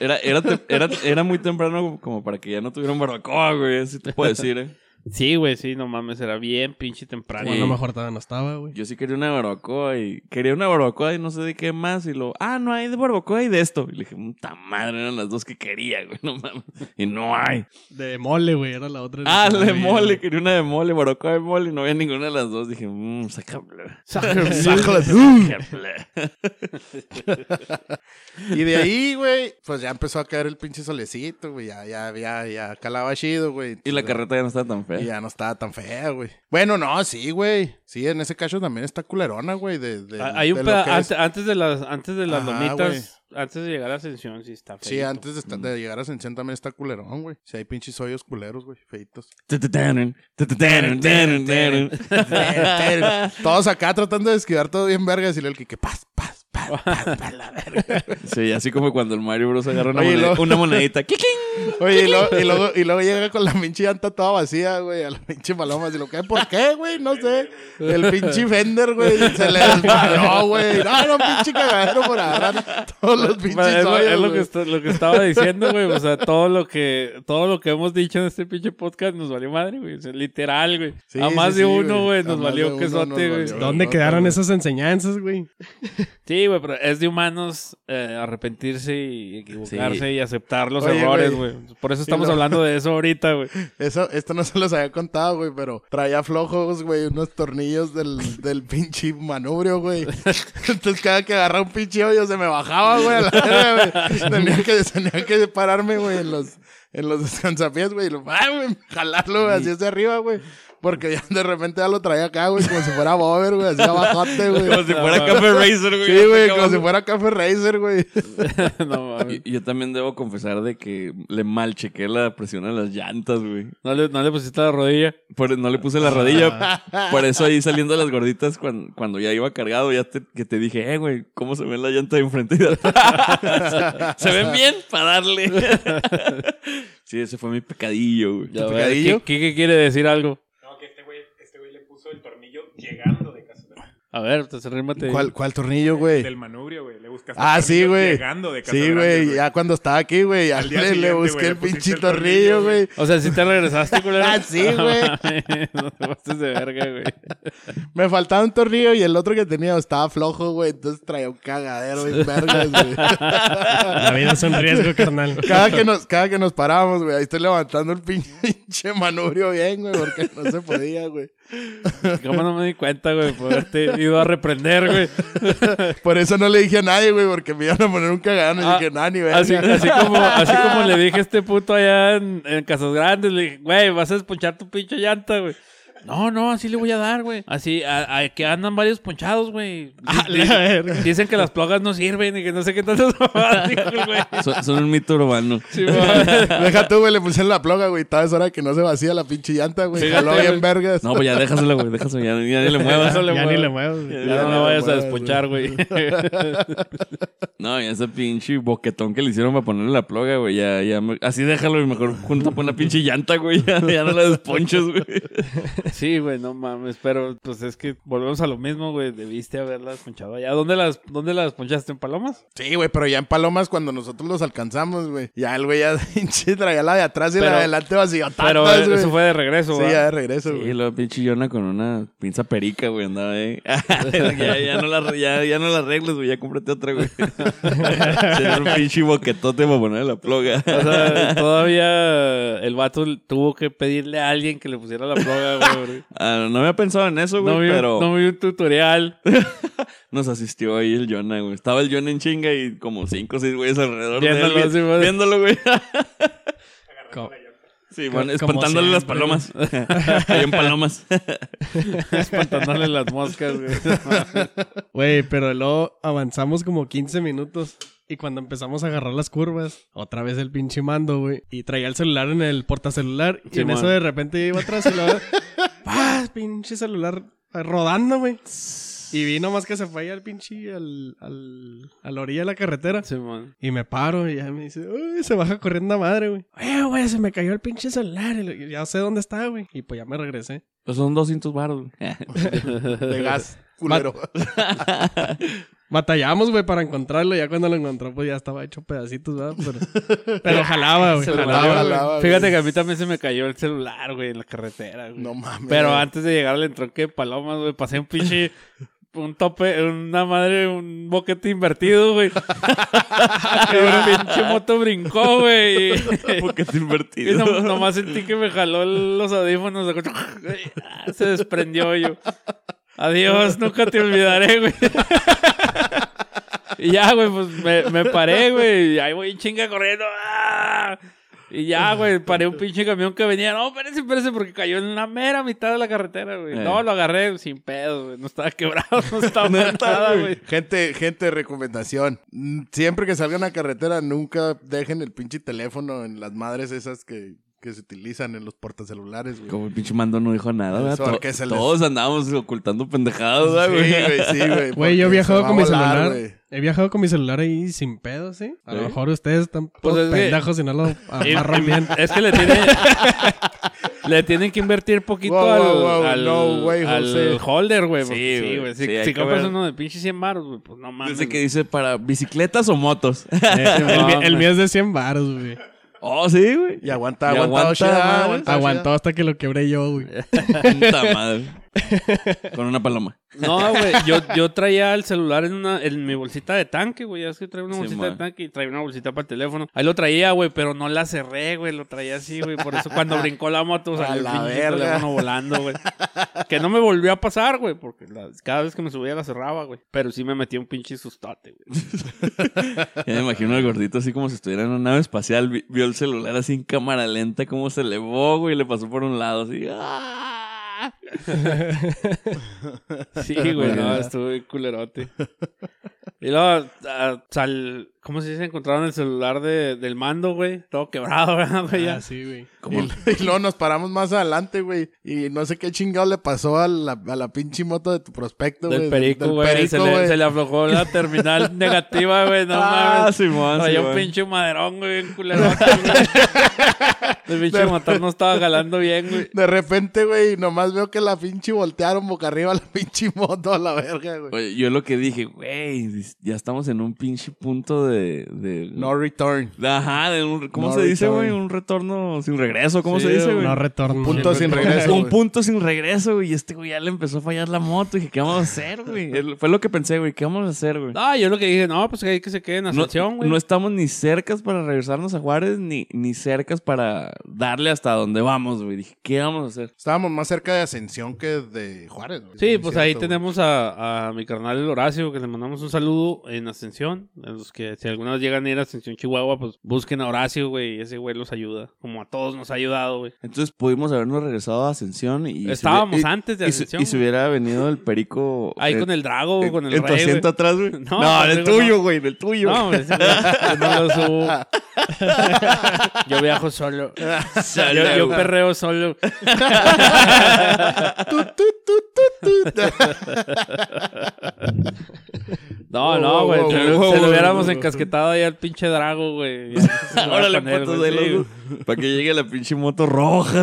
C: Era, era, te- era, era muy temprano como para que ya no tuvieran barbacoa, güey. Así te puedo decir, eh.
B: Sí, güey, sí, no mames, era bien pinche temprano.
E: Bueno, a lo mejor todavía no estaba, güey.
C: Yo sí quería una barbacoa y quería una barbacoa y no sé de qué más. Y lo, ah, no hay de barbacoa y de esto. Y le dije, puta madre, eran las dos que quería, güey, no mames. Y no hay.
E: De mole, güey, era la otra.
C: Ah,
E: la
C: la de mole, quería una de mole, barbacoa de mole. Y no había ninguna de las dos. Dije, mmm, saca bla,
D: Mm.
C: saca bla".
D: y de ahí, güey, pues ya empezó a caer el pinche solecito, güey. Ya, ya, ya, ya calaba chido, güey.
C: Y la
D: Entonces,
C: carreta ya no estaba tan fea.
D: Y ya no estaba tan fea, güey. Bueno, no, sí, güey. Sí, en ese caso también está culerona, güey. De, de-
B: Ah, Hay un
D: de lo
B: peda-
D: que es-
B: antes, antes de las, antes de las
D: Ajá,
B: lomitas, antes de llegar a Ascensión, sí mm. está
D: Sí,
B: feíto.
D: antes de, esta- de llegar a Ascensión también está culerón, güey. Sí, hay pinches hoyos culeros, güey, feitos.
C: Tututanun, tututanun, tanun, tanun.
D: Todos acá tratando de esquivar todo bien verga y decirle al que que paz, paz, paz, paz, paz, la verga.
C: Sí, así como cuando el Mario Bros agarra una,
D: Oye,
C: moned-
D: luego-
C: una monedita. ¡Kikin!
D: Oye, y luego, y, luego, y luego llega con la pinche llanta toda vacía, güey, a la pinche paloma. Y lo que, ¿por qué, güey? No sé. El pinche Fender, güey, se le desparó, güey. No, no, pinche cagadero por agarrar todos los
B: Bueno,
D: pinches
B: es, lo,
D: hoyos,
B: es lo que
D: güey.
B: est- lo que estaba diciendo, güey. O sea, todo lo que todo lo que hemos dicho en este pinche podcast nos valió madre, güey. O sea, literal, güey.
D: Sí,
B: a más
D: sí,
B: de
D: sí,
B: uno, güey,
D: güey.
B: nos
D: A más de
B: valió
D: uno
B: que sote,
D: nos
B: güey.
D: valió.
E: ¿Dónde
D: No,
E: quedaron
D: no,
E: esas enseñanzas, güey?
B: Sí, güey, pero es de humanos eh, arrepentirse y equivocarse y aceptar los
D: Oye,
B: errores,
D: güey.
B: güey. Por eso estamos
D: lo-
B: hablando de eso ahorita, güey.
D: Eso, esto no se los había contado, güey, pero traía flojos, güey, unos tornillos del, del pinche manubrio, güey. Entonces cada que agarraba un pinche hoyo se me bajaba, güey, a la verga, güey. Tenía que, tenía que pararme, güey, en los, en los descansapiés, güey, y lo- ¡ah, güey! jalarlo, güey, así hacia arriba, güey. Porque ya de repente ya lo traía acá, güey, como si fuera Bobber, güey, así abajote,
C: Como
D: güey.
C: si fuera Café Racer, güey.
D: Sí, güey, como si fuera Café Racer, güey.
B: no, mames.
C: Y- Yo también debo confesar de que le mal chequé la presión a las llantas, güey.
B: No le, no le pusiste la rodilla.
C: Por- no le puse la rodilla. Por eso ahí saliendo las gorditas cuan- cuando, ya iba cargado, ya te, que te dije, eh, güey, ¿cómo se ve la llanta de enfrente? y de atrás?" se ven bien para darle. sí, ese fue mi pecadillo, güey.
B: Ya,
D: ¿Tu
B: a ver,
D: picadillo?
B: ¿qué- qué, qué quiere decir algo?
F: No, que este güey, este güey le puso el tornillo llegando de casa del
B: A ver, te arrímate.
D: ¿Cuál, ¿Cuál tornillo, güey?
F: Del manubrio, güey. Le buscaste
D: Ah,
F: el
D: sí,
F: tornillo
D: güey.
F: Llegando de casa
D: Sí,
F: Grande,
D: güey, ya cuando estaba aquí, güey, ya
F: Al día
D: le, le
F: siguiente,
D: busqué
F: güey,
D: el
F: le pusiste
D: pinche
F: el tornillo,
D: tornillo, güey.
B: O sea, si te regresaste, culero.
D: Ah, sí, güey.
B: No mames, No te pases de verga, güey.
D: Me faltaba un tornillo y el otro que tenía estaba flojo, güey. Entonces traía un cagadero bien vergas, güey.
E: La vida es un riesgo, carnal.
D: Cada que nos, cada que nos parábamos, güey, ahí estoy levantando el pin- pinche manubrio bien, güey, porque no se podía, güey.
B: ¿Cómo no me di cuenta, güey? Por haberte ido a reprender, güey.
D: Por eso no le dije a nadie, güey, porque me iban a poner un cagadero y
B: Ah,
D: dije, nada, ni
B: Así,
D: verga.
B: así, como, así como le dije a este puto allá en, en Casas Grandes, le dije, güey, vas a desponchar tu pinche llanta, güey. No, no, así le voy a dar, güey. Así, a, a que andan varios ponchados, güey. Di-
E: la verga.
B: Dicen que las plogas no sirven y que no sé qué tantas mamadas, dijo el güey.
C: Son, son un mito urbano.
B: Sí, güey.
D: Deja tú, güey, le puse en la ploga, güey. Estaba esa hora que no se vacía la pinche llanta, güey.
B: Fíjate,
D: Jaló bien
B: güey.
D: vergas.
C: No, pues ya déjaselo, güey, déjaselo, ya, ya ni le muevas.
B: No le
E: Ya ni
B: muevas.
E: le muevas, güey.
B: Ya no me
D: le
B: vayas a
D: muevas,
B: desponchar, güey.
C: No, y ese pinche boquetón que le hicieron para ponerle la ploga, güey. Ya, ya, me- así déjalo y mejor junta pon la pinche llanta, güey. Ya, ya no la desponches, güey.
B: Sí, güey, no mames, pero pues es que volvemos a lo mismo, güey, debiste haberlas ponchado allá. ¿Dónde las, dónde las ponchaste en Palomas?
D: Sí, güey, pero ya en Palomas cuando nosotros los alcanzamos, güey. Ya el güey ya pinche traía la de atrás y la
B: Pero-
D: de adelante vacía.
B: Pero
D: tantas,
B: eh,
D: güey.
B: eso fue de regreso,
D: Sí,
B: güey.
D: ya de regreso, güey.
C: Y la pinche Yona con una pinza perica, güey, andaba ahí. ya, ya no la, ya, ya no la arregles, güey, ya cómprate otra, güey. Sería un pinche boquetote para ponerle la ploga.
B: O sea, todavía el vato tuvo que pedirle a alguien que le pusiera la ploga, güey. porque
C: Ah, no había pensado en eso, güey,
B: No vi,
C: pero
B: no vi un tutorial.
C: nos asistió ahí el Jonah, güey. Estaba el Jonah en chinga y como cinco o seis güeyes alrededor
B: Viéndolo,
C: de él.
B: sí, güey.
C: viéndolo, güey.
E: Co-
C: Sí, bueno,
E: como
C: espantándole las
E: siempre,
C: palomas. Ahí en palomas.
B: espantándole las moscas, güey.
E: Güey, pero luego avanzamos como 15 minutos. Y cuando empezamos a agarrar las curvas, otra vez el pinche mando, güey. Y traía el celular en el portacelular. y en
B: Simón.
E: eso de repente iba atrás y luego... ¡Pah! Pinche celular rodando, güey. Y vi nomás que se fue ahí al pinche, al, al, a la orilla de la carretera.
B: Simón.
E: Y me paro y ya me dice, "Uy", se baja corriendo a madre, güey. Oye, güey, se me cayó el pinche celular. Y lo- y ya sé dónde está, güey. Y pues ya me regresé.
C: Pues son 200 baros, güey.
D: De gas, culero.
E: Batallamos, güey, para encontrarlo. Ya cuando lo encontró, pues ya estaba hecho pedacitos, ¿verdad? Pero, pero jalaba, güey.
B: Se la
E: jalaba,
B: jalaba,
E: güey.
D: jalaba, güey.
B: Fíjate que a mí también se me cayó el celular, güey, en la carretera, güey.
D: No mames.
B: Pero
D: güey.
B: antes de llegar al entronque de palomas, güey, pasé un pinche. Un tope, una madre, un boquete invertido, güey. Una pinche moto brincó, güey. y-
C: Porque te
B: Y
C: invertido.
B: nom- nomás sentí que me jaló los audífonos. sacó- Ah, Se desprendió yo. Adiós, nunca te olvidaré, güey. Y ya, güey, pues me, me paré, güey. Y ahí voy chinga corriendo. ¡Ah! Y ya, güey, paré un pinche camión que venía. No, espérense, espérense, porque cayó en la mera mitad de la carretera, güey.
C: Eh.
B: No, lo agarré sin pedo, güey. No estaba quebrado, no estaba nada, güey.
D: Gente, gente, recomendación. Mm, Siempre que salgan a carretera, nunca dejen el pinche teléfono en las madres esas que, que se utilizan en los portacelulares, güey.
C: Como el pinche mando no dijo nada, ¿verdad?
D: Eso,
C: To-
D: que se les-
C: Todos andábamos ocultando pendejadas, ¿verdad,
D: Sí,
C: güey.
D: güey, sí, güey.
E: Güey, yo he
D: porque se
E: viajado
D: va
E: con
D: a
E: mi
D: volar,
E: celular.
D: güey.
E: He viajado con mi celular ahí sin pedo, ¿sí? A lo
C: ¿Sí?
E: mejor ustedes están
B: Pues es que-
E: pendejos y no lo amarran bien.
B: Es que le tienen, le tienen que invertir poquito
D: Wow,
B: al,
D: wow, wow,
B: al,
D: no way,
B: al
D: José.
B: holder, güey.
C: Sí,
B: porque Sí,
C: güey,
B: güey.
C: sí,
B: Si,
C: hay
B: si
C: que
B: compras
C: ver.
B: uno de pinches 100 baros, güey, pues no mames.
C: Dice que dice para bicicletas o motos.
E: el,
B: no,
E: mío- el
B: man.
E: mío es de 100 baros, güey.
B: Ah,
C: oh, sí, güey.
D: Y aguanta,
C: Y
D: aguanta,
C: aguanta,
D: Oshida,
C: madre.
D: aguanta,
E: Aguantó hasta que lo quebré yo, güey.
C: Puta madre. Con una paloma.
B: No, güey. Yo, yo traía el celular en, una, en mi bolsita de tanque, güey. Ya es que traía una
C: Sí,
B: bolsita de
C: man.
B: tanque y traía una bolsita para el teléfono. Ahí lo traía, güey, pero no la cerré, güey. Lo traía así, güey. Por eso cuando brincó la moto
D: A
B: salió el
D: la
B: pinche
D: verga.
B: teléfono volando, güey. Que no me volvió a pasar, güey. Porque la- cada vez que me subía la cerraba, güey. Pero sí me metía un pinche sustote, güey.
C: Ya me imagino al gordito así como si estuviera en una nave espacial. Vi- vio el celular así en cámara lenta, cómo se elevó, güey, y le pasó por un lado así. ¡ah!
B: Sí, güey, no, estuve culerote. Y luego, ah, sal, ¿cómo se dice? Encontraron el celular de, del mando, güey. Todo quebrado, ¿verdad, güey? Ya.
E: Ah, sí, güey.
D: Y, y luego nos paramos más adelante, güey. Y no sé qué chingado le pasó a la, a la pinche moto de tu prospecto, güey.
B: del perico, güey. Se,
D: perico,
B: le-
D: güey.
B: se le aflojó la terminal negativa, güey. No
C: ah,
B: mames.
C: Simón,
B: Traía un
C: Simón.
B: pinche maderón, güey, bien culerote, güey. El pinche motor no estaba jalando bien, güey.
D: De repente, güey, nomás veo que la pinche voltearon boca arriba la pinche moto a la verga, güey.
C: Oye, yo lo que dije, güey, ya estamos en un pinche punto de... de...
D: No return.
C: Ajá, de un- ¿cómo
D: No
C: se dice,
D: return.
C: güey? Un retorno sin regreso, ¿cómo
B: Sí,
C: se dice, güey?
E: No retorno.
D: Punto sin regreso.
C: un
D: güey.
C: punto sin regreso, güey. Y este güey ya le empezó a fallar la moto. Y dije, ¿qué vamos a hacer, güey? El- Fue lo que pensé, güey. ¿Qué vamos a hacer, güey?
B: No, yo lo que dije, no, pues que hay que se quede en
C: No,
B: Asunción, güey.
C: no estamos ni cercas para regresarnos a Juárez, ni, ni cercas para darle hasta donde vamos, güey. Dije, ¿qué vamos a hacer?
D: Estábamos más cerca de Ascensión que de Juárez, güey.
B: Sí,
D: Es
B: pues
D: cierto,
B: ahí
D: güey.
B: tenemos a, a mi carnal el Horacio, que le mandamos un saludo en Ascensión. A los que si alguna vez llegan a ir a Ascensión Chihuahua, pues busquen a Horacio, güey, y ese güey los ayuda. Como a todos nos ha ayudado, güey.
C: Entonces pudimos habernos regresado a Ascensión y...
B: Estábamos
C: y-
B: antes de
C: y su-
B: Ascensión,
C: Y se
B: güey.
C: hubiera venido el perico...
B: Ahí
C: eh,
B: con el Drago,
C: en-
B: con el
C: en tu
B: Rey, güey.
C: asiento atrás, güey.
B: No,
C: No, en el
B: pendejo, no.
C: tuyo, güey, en el tuyo.
B: No, hombre, ese güey no lo subo. Yo viajo solo.
C: Sale,
B: Yo, yo
C: güey.
B: perreo solo.
D: Tu, tu, tu, tu, tu.
B: No,
D: Wow,
B: no,
D: wow,
B: güey.
D: wow,
B: se
D: wow,
B: se
D: wow,
B: lo hubiéramos
D: wow.
B: encasquetado ahí al pinche Drago, güey.
C: Órale,
B: Con él,
C: patos
B: güey,
C: de
B: sí,
C: los... Para que llegue la pinche moto roja,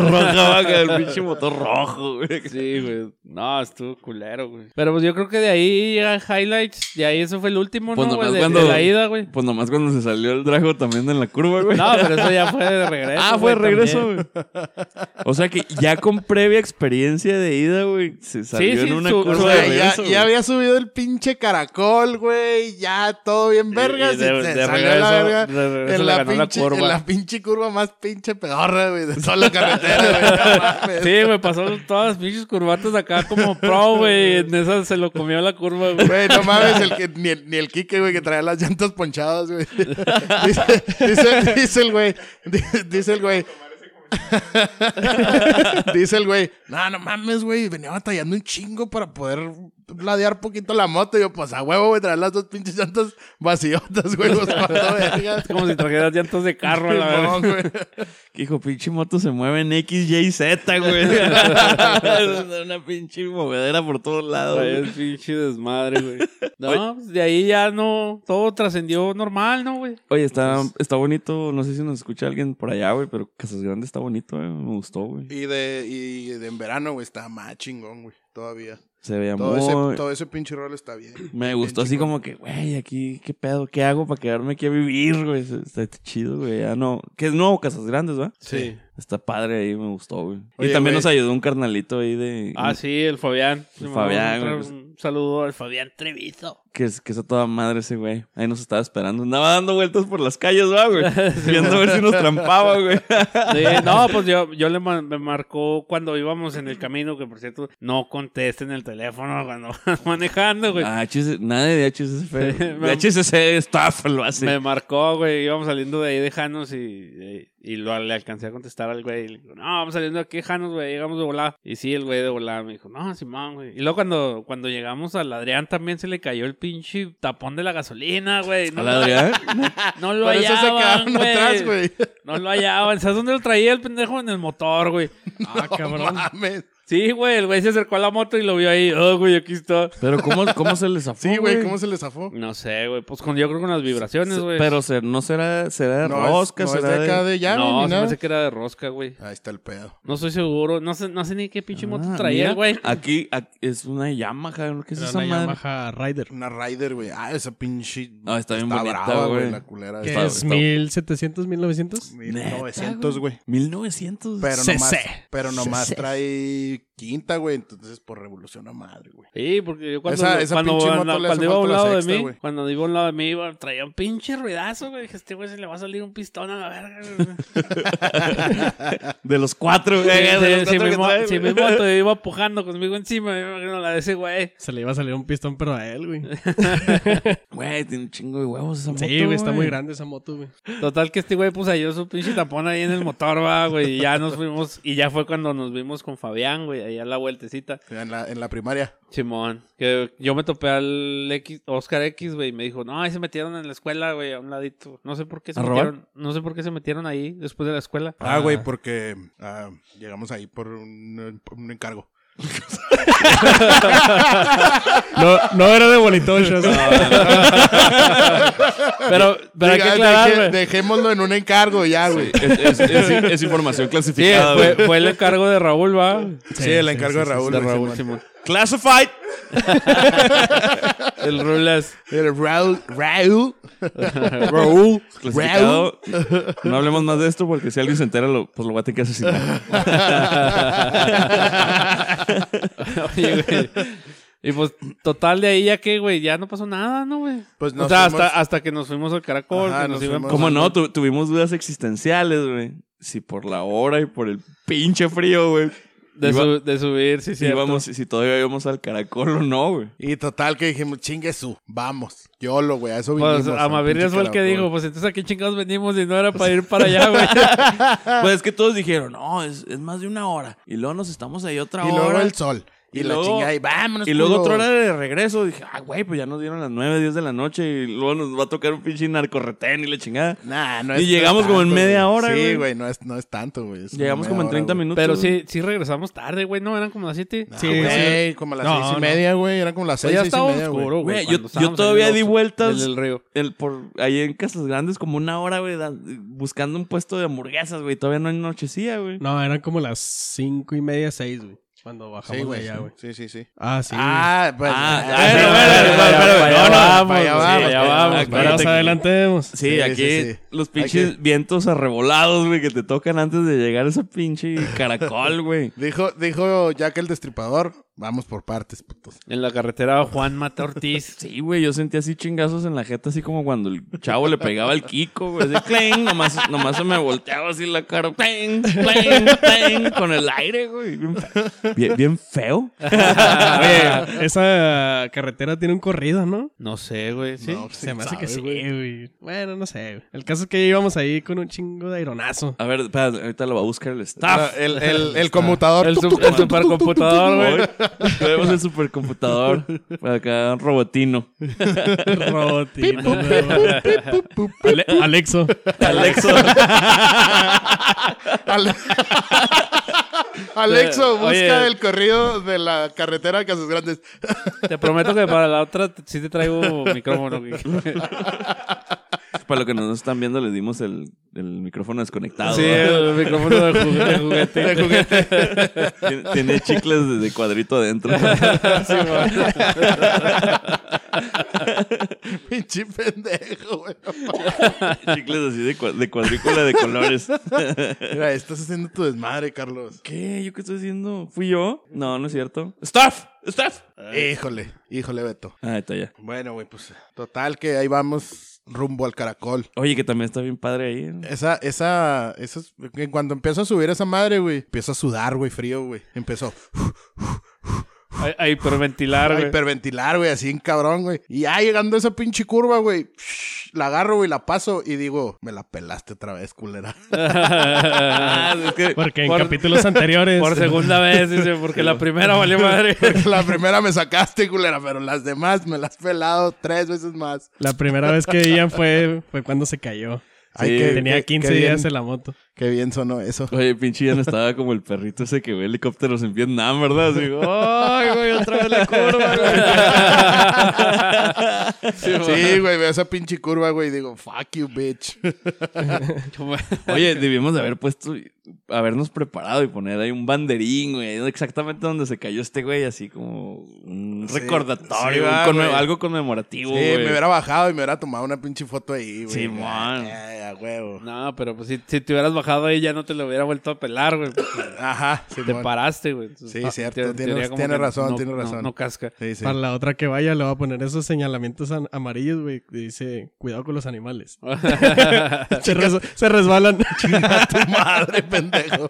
C: roja, vaca, el pinche motor rojo, güey.
B: Sí, güey. No, estuvo culero, güey. Pero pues yo creo que de ahí a Highlights, de ahí eso fue el último,
C: Pues
B: ¿no, güey?
C: nomás
B: De,
C: cuando-
B: de la ida, güey.
C: Pues nomás cuando se salió el drago también en la curva, güey.
B: No, pero eso ya fue de regreso.
C: ah, fue de
B: güey,
C: regreso,
B: también.
C: güey. O sea que ya con previa experiencia de ida, güey, se salió
B: sí,
C: en una
B: su-
C: curva
B: su-
C: de
D: Güey, ya,
C: regreso,
D: ya
C: güey.
D: había subido el pinche caracol, güey. Ya todo bien
B: Y
D: vergas. Y,
B: de-
D: se
B: de
D: salió a la
B: regreso-
D: verga.
B: de regreso
D: en,
B: le
D: la
B: ganó la
D: pinche,
B: curva.
D: en la pinche curva más pinche pedorra, güey. De toda la carretera, güey. No mames.
B: Sí, güey, pasó todas las pinches curvatas acá como pro, güey. En esa se lo comió la curva, güey.
D: Güey, no mames, el que, ni, el, ni el Quique, güey, que traía las llantas ponchadas, güey. Dice, dice, dice el güey, di- dice el güey. Dice el güey, no, no mames, güey, venía batallando un chingo para poder ladear poquito la moto. Y yo, pues a huevo, güey, traer las dos pinches llantas vaciotas, güey. Pues, cuando verga.
B: Es como si trajeras llantas de carro, a la verdad.
D: Simón, güey.
C: Que hijo, pinche moto se mueve en X, Y, Z, güey. Es Una pinche movedera por todos lados. güey.
B: Es pinche desmadre, güey. No, pues, de ahí ya no. Todo trascendió normal, ¿no, güey?
C: Oye, está, está bonito. No sé si nos escucha alguien por allá, güey, pero Casas Grandes está bonito, güey. Me gustó, güey.
D: Y de, y de en verano, güey, está más chingón, güey, todavía.
C: Se veía
D: Todo
C: muy...
D: ese, todo ese pinche rol está bien.
C: Me
D: Bien
C: gustó así
D: chingón.
C: como que, güey, aquí, ¿qué pedo? ¿Qué hago para quedarme aquí a vivir, güey? Está- Está chido, güey. Ya no... Que es nuevo, Casas Grandes, ¿va?
E: Sí.
C: Está padre ahí, me gustó, güey. y
D: Oye,
C: también
D: güey.
C: nos ayudó un carnalito ahí de...
B: Ah, sí, el Fabián.
C: El Fabián,
B: Un-
C: güey. pues.
B: Un saludo al Fabián Treviso.
C: Que es, que es a toda madre ese güey. Ahí nos estaba esperando. Andaba dando vueltas por las calles, va, güey. Viendo a ver si nos trampaba, güey.
B: Sí, no, pues yo, yo le ma- me marcó cuando íbamos en el camino, que por cierto, no contesten el teléfono cuando vas manejando, güey.
C: Ah, HSC nadie de HSC. de
B: me-
C: HSC staff lo hace.
B: Me marcó, güey, íbamos saliendo de ahí de Janos y, y lo, le alcancé a contestar al güey. Y le digo, no, vamos saliendo aquí de Janos, güey, llegamos de volada. Y sí, el güey de volada me dijo, no, Simón, güey. Y luego cuando, cuando llegamos al Adrián también se le cayó el pinche tapón de la gasolina, güey. No,
C: ¿A la Adrián?
B: no lo
D: Por eso se
B: hallaban,
D: quedaron atrás,
B: güey.
D: güey.
B: No lo hallaban. ¿Sabes dónde lo traía el pendejo? En el motor, güey.
E: Ah,
D: No
E: cabrón.
D: mames.
B: Sí, güey, el güey se acercó a la moto y lo vio ahí. Oh, güey, aquí está.
C: Pero ¿cómo, cómo se les zafó,
D: Sí, güey, ¿cómo se le zafó?
B: No sé, güey. Pues con, yo creo con las vibraciones, güey.
C: Pero se- no será, será de
D: No es-
C: rosca,
D: no es
C: será
D: de acá
C: de...
D: de llave
B: no,
D: ni
B: se me
D: nada.
B: hace que era de rosca, güey.
D: Ahí está el pedo.
B: No estoy seguro. No sé, no sé ni qué pinche moto
C: Ah,
B: traía, el
C: mira,
B: güey.
C: Aquí, aquí es una Yamaha, ¿qué es
E: Era
C: esa
E: una
C: madre?
E: Yamaha Rider.
D: Una Rider, güey. Ah, esa pinche.
C: Ah, está bien bonita,
D: brava,
C: güey.
D: La culera.
E: ¿Qué
D: Está-
E: es?
C: está-
E: ¿1700, 1900?
D: 1900, güey.
C: 1900.
D: Pero
E: CC.
D: nomás, pero nomás
E: CC.
D: trae quinta, güey. Entonces, por revolución a madre, güey.
B: Sí, porque yo cuando,
D: Esa- esa
B: cuando,
D: pinche moto
B: cuando
D: le hace
B: iba a un
D: falta la
B: lado de
D: sexta,
B: mí,
D: güey.
B: cuando iba a un lado de mí, iba- traía un pinche ruidazo, güey. Dije, este güey se le va a salir un pistón a la verga. güey.
C: De los cuatro, güey. de los
B: Sí, sí, Si
C: cuatro
B: mi
C: que
B: mo-
C: trae,
B: si mi
C: güey.
B: moto iba pujando conmigo encima, me imagino la de ese güey.
E: Se le iba a salir un pistón, pero a él, güey.
C: Güey, tiene un chingo de huevos esa moto,
E: Sí, güey, está muy grande esa moto, güey.
B: Total que este güey pues halló su pinche tapón ahí en el motor, va, güey. Y ya nos fuimos, y ya fue cuando nos vimos con Fabián, güey, ahí a la vueltecita.
D: En la, en la primaria.
B: Simón, que yo me topé al X, Oscar X, güey, y me dijo, no, ahí se metieron en la escuela, güey, a un ladito. No sé por qué se
C: ¿A robar?
B: metieron, no sé por qué se metieron ahí después de la escuela.
D: Ah, güey, porque ah, llegamos ahí por un, un encargo.
E: No, no era de bolitochas.
B: Pero, pero hay que
D: Diga,
B: aclarar,
D: deje-
B: güey.
D: dejémoslo en un encargo ya, güey. Sí,
C: Es, es- es- es información
B: Sí,
C: clasificada, güey.
B: fue, fue el encargo de Raúl, va.
D: el encargo de Raúl.
B: De
D: güey,
B: Raúl,
D: Simón.
B: Simón.
C: Classified.
B: El Rulas.
D: El Raúl. Raúl.
C: Raúl. Clasificado. No hablemos más de esto porque si alguien se entera, lo- pues lo va a tener que asesinar.
B: Oye, güey. Y pues, total, de ahí ya que, güey, ya no pasó nada, ¿no, güey?
D: Pues
B: o
D: nos
B: sea,
D: fuimos-
B: hasta, hasta que nos fuimos al caracol,
D: Ajá,
B: que nos
D: nos
B: iban-
D: fuimos.
C: ¿Cómo no? Tu- tuvimos dudas existenciales, güey. Si por la hora y por el pinche frío, güey.
B: de,
C: Iba-
B: su- de subir, sí,
C: Si,
B: sí.
C: íbamos, si todavía íbamos al caracol o no, güey.
D: Y total que dijimos, chingue su, vamos. Yolo, güey, a eso vinimos.
B: Pues
D: al
B: Amavirrias
D: pinche
B: fue el que
D: caracol.
B: dijo, pues entonces aquí chingados venimos y no era para ir para allá, güey.
D: Ah.
C: Pues es que todos dijeron, no, es, es más de una hora. Y luego nos estamos ahí otra
D: Y
C: hora.
D: luego el sol. Y,
C: Y
D: la
C: luego-
D: chingada, y vámonos.
C: Y luego
D: culo.
C: otra hora de regreso. Dije, ah, güey, pues ya nos dieron las 9, 10 de la noche. Y luego nos va a tocar un pinche narcorretén y la chingada.
D: Nah, no
C: Y
D: es- no
C: llegamos
D: es
C: como en
D: tanto,
C: media
D: güey.
C: hora, güey.
D: Sí, güey, no es, no es tanto, güey. es
C: Llegamos
D: como
C: como en
D: media
C: 30
D: hora, güey.
C: minutos.
B: Pero
C: güey.
B: sí, sí regresamos tarde, güey, ¿no? Eran como las 7.
D: Ah,
E: Sí,
D: güey, como a las
E: No,
D: seis y
E: no.
D: media, güey. Eran como las seis,
B: ya
D: seis y
B: estaba
D: media, güey.
B: oscuro, güey.
C: Güey,
B: cuando
C: yo- yo
B: estábamos
C: todavía
B: saliendo
C: di vueltas.
B: del- del río.
C: El, por, ahí en Casas Grandes, como una hora, güey, da- buscando un puesto de hamburguesas, güey. Todavía no anochecía, güey.
E: No, eran como las cinco y media, seis, güey. Cuando bajamos
D: Sí,
E: de
D: güey.
E: allá, güey.
D: Sí, sí, sí.
E: Ah, sí.
D: Ah, pues.
C: Ah,
D: ah,
C: ah,
D: sí,
C: pero,
D: güey,
C: pero,
D: güey,
C: pero,
D: güey,
C: pero,
D: para
C: no,
D: allá
C: no,
D: vamos,
B: para allá
D: sí,
B: vamos, para
D: para allá
B: allá
D: vamos,
B: vamos,
D: para allá
E: Pero nos
C: espérate.
E: adelantemos.
C: Sí,
D: Sí,
C: aquí
D: sí, sí.
C: los pinches
D: Aquí.
C: vientos arrebolados, güey, que te tocan antes de llegar a ese pinche caracol, güey.
D: Dijo, dijo Jack el Destripador, vamos por partes, putos.
B: En la carretera Juan Mata Ortiz.
C: Sí, güey, yo sentí así chingazos en la jeta, así como cuando el chavo le pegaba al Kiko, güey. Así, cling, nomás, nomás se me volteaba así la cara, cling, cling, cling, con el aire, güey. Bien, fe- bien- bien feo.
E: Oye, esa carretera tiene un corrido, ¿no?
B: No sé, güey, ¿sí?
D: No, pues,
E: Se me hace
D: sabe,
E: que sí,
D: güey.
E: güey. Bueno, no sé. güey. El caso es que íbamos ahí con un chingo de aironazo.
C: A ver, espérate, ahorita lo va a buscar el
D: Ah,
C: staff.
D: el, el, el conmutador.
B: El,
D: tuc,
B: su-
D: tuc,
B: el supercomputador, güey.
C: Hoy, Tenemos el supercomputador. Acá, robotino.
E: Robotino. Ale- Alexo.
C: Alexo.
D: Ale- Alexo, busca
B: Oye.
D: el corrido de la carretera a Casas Grandes.
B: Te prometo que para la otra t- sí te traigo micrófono. güey.
C: Para los que no nos están viendo, les dimos el, el micrófono desconectado.
B: Sí, el micrófono de, jugu- de juguete.
D: De juguete.
C: Tiene, tiene chicles de, de cuadrito adentro.
D: Pinche pendejo, güey.
C: chicles así de, cua- de cuadrícula de colores.
D: Mira, estás haciendo tu desmadre, Carlos.
C: ¿Qué? ¿Yo qué estoy haciendo? ¿Fui yo? No, no es cierto. ¡Staff! ¡Staff!
D: Híjole, híjole, Beto.
C: Ah, está ya.
D: Bueno, güey, pues total que ahí vamos rumbo al caracol.
C: Oye, que también está bien padre ahí. ¿no?
D: Esa, esa, esos, en cuanto empiezo a subir esa madre, güey, empiezo a sudar, güey, frío, güey. Empezó
B: A, a hiperventilar,
D: a
B: güey.
D: hiperventilar, güey, así en cabrón, güey. Y ya llegando a esa pinche curva, güey, la agarro, güey, la paso y digo, me la pelaste otra vez, culera.
C: Ah, es que
E: Porque en
B: Por-
E: capítulos anteriores.
B: Por segunda vez, dice, porque la primera valió madre.
D: la primera me sacaste, culera, pero las demás me las has pelado tres veces más.
E: La primera vez que Ian fue, fue cuando se cayó.
D: Ay,
C: Sí,
D: qué-
E: Tenía
D: qué-
E: 15
D: qué
E: días
D: bien-
E: en la moto.
D: Qué bien sonó eso.
C: Oye, pinche ya no estaba como el perrito ese que ve helicópteros en Vietnam, ¿verdad? Así, oh. ¡ay, güey! Otra vez la curva, güey.
D: Sí, güey, veo esa pinche curva, güey, y digo, fuck you, bitch.
C: Oye, debimos de haber puesto, habernos preparado y poner ahí un banderín, güey, exactamente donde se cayó este güey, así como un
D: Sí, sí,
C: recordatorio, un
D: va,
C: conme-
D: güey.
C: algo conmemorativo,
D: Sí,
C: güey.
D: me hubiera bajado y me hubiera tomado una pinche foto ahí, güey.
C: Simón.
D: Ay, a huevo.
B: No, pero pues si, si te hubieras bajado ahí ya no te lo hubiera vuelto a pelar, güey. porque
D: Ajá,
B: Te
D: Simón.
B: paraste, güey. Entonces,
D: Sí,
B: ah,
D: cierto,
B: te-
D: tienes-
B: teoría como
D: tienes
B: que
D: razón,
B: no-
D: tienes razón.
B: No, no casca.
D: Sí, sí.
E: Para la otra que vaya le voy a poner esos señalamientos an- amarillos, güey. que Dice, cuidado con los animales. se, res- se resbalan.
D: A tu madre, pendejo.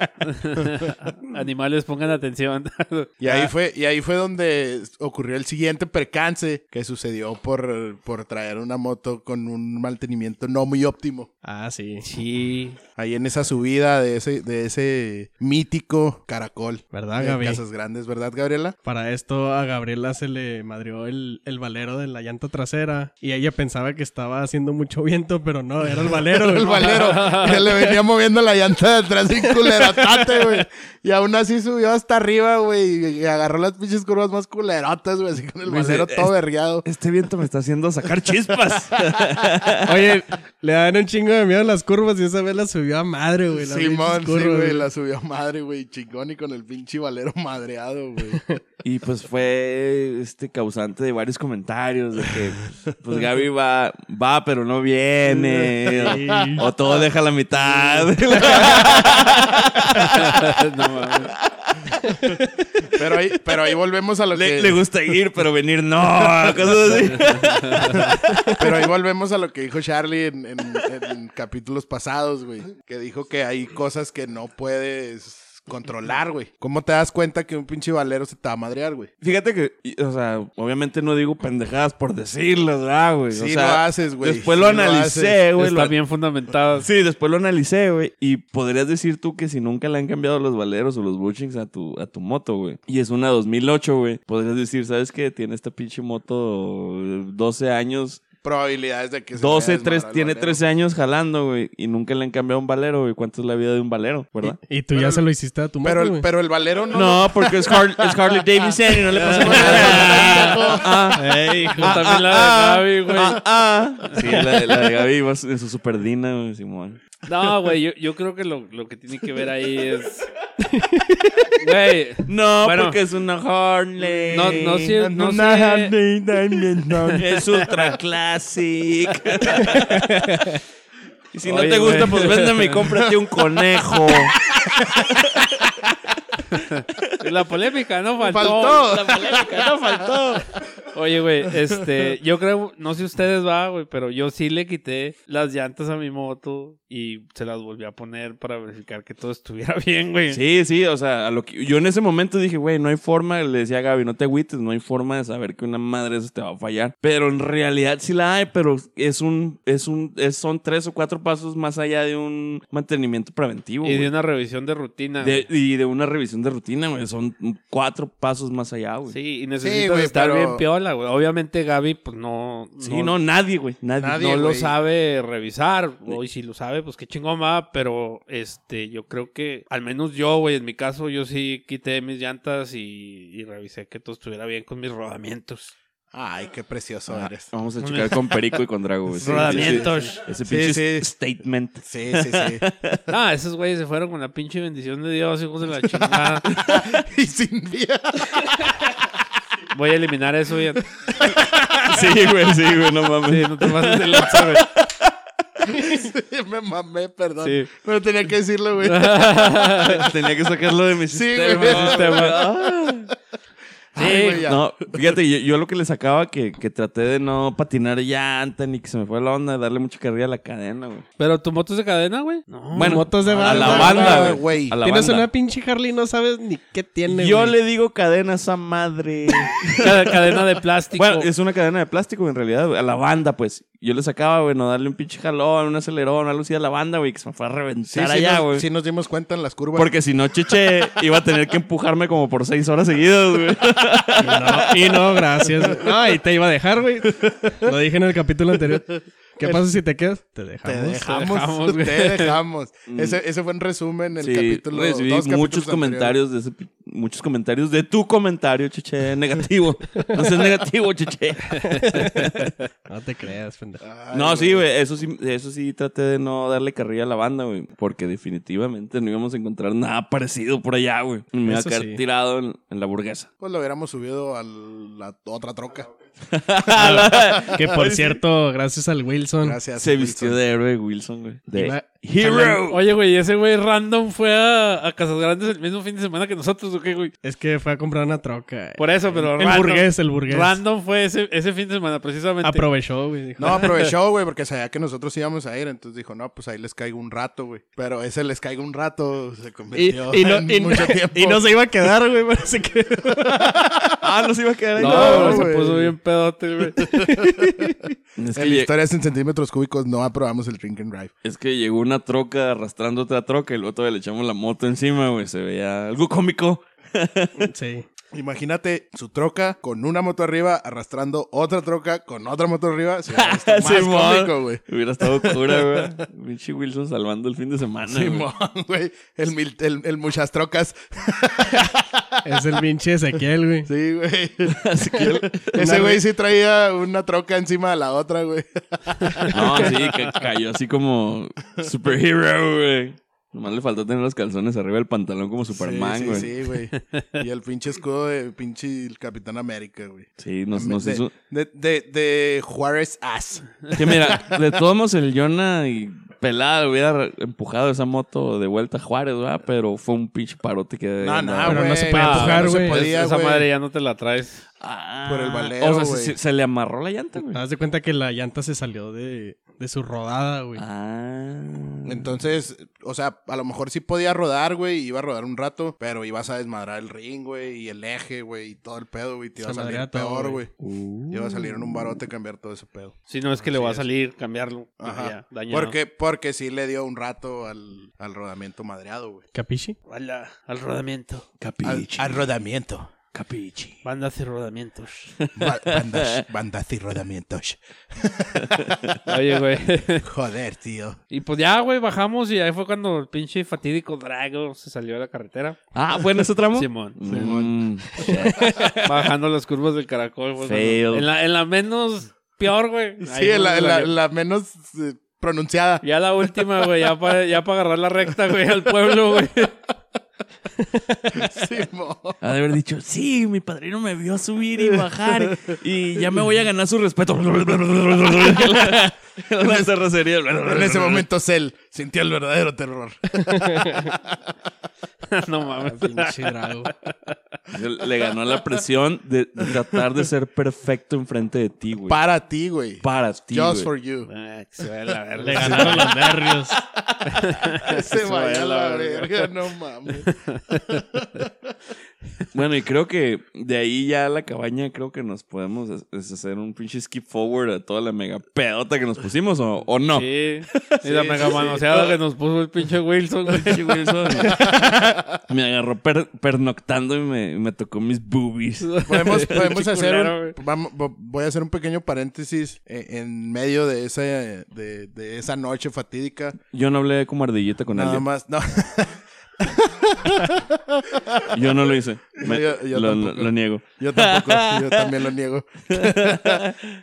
B: Animales, pongan atención.
D: Y ahí fue, y ahí fue donde ocurrió el siguiente percance que sucedió por, por traer una moto con un mantenimiento no muy óptimo.
E: ah, sí.
B: Sí.
D: Ahí en esa subida de ese, de ese mítico caracol.
E: ¿Verdad,
D: de
E: Gaby?
D: Casas Grandes, ¿verdad, Gabriela?
E: Para esto a Gabriela se le madrió el, el valero de la llanta trasera y ella pensaba que estaba haciendo mucho viento, pero no, era el valero.
D: El
E: güey.
D: valero que le venía moviendo la llanta de atrás sin culerotate, güey. Y aún así subió hasta arriba, güey. Y agarró las pinches curvas más culerotas, güey. Así con el
C: Me dice,
D: valero todo
C: "Es-
D: vergueado.
C: Este viento me está haciendo sacar chispas.
E: Oye, le dan un chingo de miedo las curvas y esa vez la subió a madre, güey. la pinches
D: Simón, sí,
E: curvas,
D: güey, la subió a madre, güey, chingón y con el pinche valero madreado, güey.
C: y pues fue este causante de varios comentarios de que pues Gaby va, va pero no viene.
E: Sí.
C: O todo deja a la mitad.
D: Pero ahí, pero ahí volvemos a lo
C: le,
D: que
C: le gusta ir, pero venir no. Cosas así.
D: pero ahí volvemos a lo que dijo Charlie en, en- en capítulos pasados, güey, que dijo que hay cosas que no puedes controlar, güey. ¿Cómo te das cuenta que un pinche valero se te va a madrear, güey?
C: Fíjate que, y- o sea, obviamente no digo pendejadas por decirlas, ¿verdad, güey? O
D: Sí
C: sea,
D: lo haces, güey.
C: Después
D: Sí
C: lo
D: lo
C: analicé, güey.
B: Está
C: lo-
B: bien fundamentada.
C: Sí, después lo analicé, güey. Y podrías decir tú que si nunca le han cambiado los valeros o los bushings a tu, a tu moto, güey. Y es una 2008, güey. Podrías decir, ¿sabes qué? Tiene esta pinche moto eh, 12 años.
D: Probabilidades de que se
C: 12,
D: vaya a
C: 3,
D: desmadrar el
C: tiene
D: valero.
C: 13 años jalando, güey. Y nunca le han cambiado un valero, güey. ¿Cuánto es la vida de un valero, verdad?
E: Y, y tú ya se lo hiciste a tu moto,
D: Pero
E: güey.
D: el, pero el valero no.
C: No, porque es, Har- es Harley Davidson y no le pasó nada. Ah,
B: Ey, hijo, también la de Gaby, güey.
C: ah, ah. Sí, la, de- la de Gaby va en su superdina, güey, Simón.
B: No, güey, yo, yo creo que lo, lo que tiene que ver ahí es. Güey.
C: No,
B: Bueno.
C: porque es una Harley.
B: No, no, sí, no
C: Una
B: sé.
C: Harley Davidson. Es ultra classic. Y si no
B: Oye,
C: te gusta,
B: güey.
C: pues véndeme y cómprate un conejo.
B: La polémica no faltó.
D: Faltó.
B: La polémica no faltó. Oye, güey, este, yo creo, no sé ustedes va, güey, pero yo sí le quité las llantas a mi moto y se las volví a poner para verificar que todo estuviera bien, güey.
C: Sí, sí, o sea, a lo que, yo en ese momento dije, güey, no hay forma, le decía a Gaby, no te agüites, no hay forma de saber que una madre eso te va a fallar. Pero en realidad sí la hay, pero es un, es un, es- son tres o cuatro pasos más allá de un mantenimiento preventivo.
B: Y
C: güey.
B: de una revisión de rutina.
C: De-
B: güey.
C: y de una revisión de rutina, güey, son cuatro pasos más allá, güey. Sí.
B: Sí, y necesitas
D: güey,
B: estar
D: pero-
B: bien piola, güey. Obviamente Gaby, pues no...
C: no, nadie, güey. Nadie.
D: Nadie.
B: no lo
D: güey.
B: sabe revisar. O y si lo sabe, pues qué chingón va. Pero este, yo creo que, al menos yo, güey, en mi caso, yo sí quité mis llantas y, y revisé que todo estuviera bien con mis rodamientos.
D: Ay, qué precioso
C: Ah.
D: eres.
C: Vamos a checar con Perico y con Drago, güey. Sí,
B: rodamientos.
C: sí, sí. Ese
D: Sí,
C: pinche
D: sí.
C: statement.
D: Sí, sí, sí.
B: No, esos güeyes se fueron con la pinche bendición de Dios, hijos de la chingada.
D: y sin vida.
B: Voy a eliminar eso, güey.
C: Sí, güey, sí, güey, no mames.
B: Sí, no te pases de lanza, güey.
D: Sí, me mamé, perdón.
B: Sí.
D: Pero tenía que decirlo, güey.
C: Ah, Tenía que sacarlo de mi
D: Sí,
C: sistema.
D: güey.
C: mi sistema.
D: Ay, güey, ya.
C: No, fíjate, yo, yo lo que le sacaba que, que traté de no patinar llanta ni que se me fue la onda, de darle mucha carrilla a la cadena, güey.
B: Pero tu moto es de cadena, güey. No.
C: Bueno,
E: motos de
C: a la
E: banda,
C: banda,
D: güey.
C: güey. A la
E: Tienes
C: banda.
E: una pinche Harley y no sabes ni qué tiene.
C: Yo
E: güey.
C: le digo cadena a esa madre.
B: Ca- cadena de plástico.
C: bueno, es una cadena de plástico, güey, en realidad, güey. A la banda, pues. Yo le sacaba, güey, no darle un pinche jalón, un acelerón, algo así a la banda, güey, que se me fue a reventar
D: Sí, sí,
C: allá,
D: nos-
C: güey.
D: sí nos dimos cuenta en las curvas.
C: Porque si no, Cheche iba a tener que empujarme como por seis horas seguidas, güey.
E: No, y no, gracias. güey. No, y te iba a dejar, güey. Lo dije en el capítulo anterior. ¿Qué pasa si te quedas? Te
D: te
E: dejamos.
D: dejamos,
B: dejamos, güey.
D: te dejamos. ese, ese fue un resumen el
C: Mm. Sí,
D: capítulo.
C: recibí
D: dos capítulos
C: muchos
D: anteriores.
C: comentarios de ese pi- muchos comentarios de tu comentario, Cheche, negativo. No seas negativo, Cheche.
E: No te creas, pendejo.
D: Ay,
C: no, sí, güey, eso sí, eso sí traté de no darle carrilla a la banda, güey, porque definitivamente no íbamos a encontrar nada parecido por allá, güey. Me iba a
E: Eso
C: quedar
E: sí.
C: tirado en, en la burguesa.
D: Pues lo hubiéramos subido a la otra troca.
E: Que por cierto, gracias al Wilson.
D: Gracias.
C: Se
D: Wilson.
C: vistió de héroe Wilson, güey. De
E: Ima-
C: hero.
B: Oye, güey, ese güey random fue a, a Casas Grandes el mismo fin de semana que nosotros, ¿o qué, güey?
E: Es que fue a comprar una troca. eh.
B: Por eso, pero
E: El
B: random.
E: burgués, el burgués.
B: Random fue ese, ese fin de semana, precisamente.
E: Aprovechó, güey. dijo.
D: No, aprovechó, güey, porque sabía que nosotros íbamos a ir. Entonces dijo, no, pues ahí les caigo un rato, güey. Pero ese les caigo un rato se
E: Y,
D: convirtió
E: y no,
D: en
E: y no-
D: mucho tiempo.
E: y no se iba a quedar, güey. Pero se quedó.
C: Ah, no se iba a quedar ahí.
B: No,
D: No,
B: güey, se
D: güey.
B: puso bien pedote, güey.
C: Es que
D: En
C: lle-
D: historias en centímetros cúbicos no aprobamos el drink and drive.
C: Es que llegó una troca arrastrando otra troca y luego todavía le echamos la moto encima, güey. Se veía algo cómico.
E: Sí.
D: Imagínate su troca con una moto arriba arrastrando otra troca con otra moto arriba. Se hubiera visto más
C: Simón.
D: cómico, güey.
C: Hubiera estado cura, güey. Vinci Wilson salvando el fin de semana. güey.
D: Simón, güey. El, mil- el, el muchas trocas.
E: Es el pinche Ezequiel, güey.
D: Sí, güey.
C: Así que-
D: Ese güey sí traía una troca encima de la otra, güey.
C: No, sí, ca- cayó así como superhero, güey. Nomás le faltó tener los calzones arriba del pantalón como Superman,
D: sí,
C: güey. Sí,
D: sí, güey. Y el pinche escudo de pinche el Capitán América, güey.
C: nos, nos
D: de,
C: hizo.
D: de, de, de Juárez Ass.
C: Que mira, de todos modos el Jonah y pelada hubiera empujado esa moto de vuelta a Juárez, ¿verdad? Pero fue un pinche parote que.
D: No, no,
C: andaba-
E: Pero no
D: güey,
E: se podía
D: no,
E: empujar,
D: no se
E: güey.
D: podía,
B: esa
D: güey.
B: madre ya no te la traes.
C: Ah,
D: Por el baleo,
C: O sea,
D: güey. Ah,
C: se, se le amarró la llanta, güey.
E: Haz de cuenta que la llanta se salió de, de su rodada, güey.
C: Ah.
D: Entonces, o sea, a lo mejor sí podía rodar, güey, iba a rodar un rato, pero ibas a desmadrar el ring, güey, y el eje, güey, y todo el pedo, güey, te iba a
E: Se
D: salir
E: madrea todo,
D: peor,
E: güey. Mm.
D: güey. Iba a salir en un barote cambiar todo ese pedo.
B: Si no es que le
D: Así
B: va a
D: es.
B: salir, cambiarlo.
D: Ajá.
B: Ya, dañado.
D: Porque, porque sí le dio un rato al, al rodamiento madreado, güey.
E: ¿Capichi?
B: Al, al rodamiento.
D: Al, al rodamiento.
B: Bandas y rodamientos.
D: Ba- Bandas, bandas y rodamientos.
B: Oye, güey.
D: Joder, tío.
B: Y pues ya, güey, bajamos y ahí fue cuando el pinche fatídico Drago se salió de la carretera.
C: Ah, bueno, ese tramo.
B: Simón.
C: Mm.
B: Bajando las curvas del caracol. güey.
C: Fail.
B: En la, en la menos peor, güey. Ahí
D: Sí,
B: fue
D: la,
B: donde
D: la,
B: salió.
D: la menos eh, pronunciada.
B: Ya la última, güey. Ya para ya pa agarrar la recta, güey, al pueblo, güey.
D: Simón.
C: Ha de haber dicho, sí, mi padrino me vio subir y bajar y ya me voy a ganar su respeto. la, la cerracería.
D: En ese momento Cell sintió el verdadero terror.
B: no
E: Ah,
B: mames.
E: pinche drago.
C: Le ganó la presión de, de tratar de ser perfecto enfrente de ti, güey.
D: Para ti, güey.
C: Para ti, güey.
D: Just for you.
B: Ah, que se vaya la verga.
G: Le ganaron los nervios.
D: Se vaya
B: vaya
D: la
B: la verga.
D: verga, no mames.
C: Bueno, y creo que de ahí ya a la cabaña, creo que nos podemos des- deshacer un pinche skip forward a toda la mega pedota que nos pusimos, ¿o, o no?
B: Sí, y la mega manoseada que nos puso el pinche Wilson. güey.
C: Pinche Wilson. me agarró per- pernoctando y me, me tocó mis boobies.
D: Podemos, podemos
B: Pinche
D: hacer
B: culero,
D: un-
B: güey.
D: vamos- vo- voy a hacer un pequeño paréntesis eh, en medio de esa, eh, de, de esa noche fatídica.
C: Yo no hablé como ardillita con
D: Nada
C: alguien.
D: más, no,
C: Yo no lo hice. Me-
D: Yo- yo
C: lo, lo-
D: tampoco.
C: lo niego.
D: yo tampoco, yo también lo niego.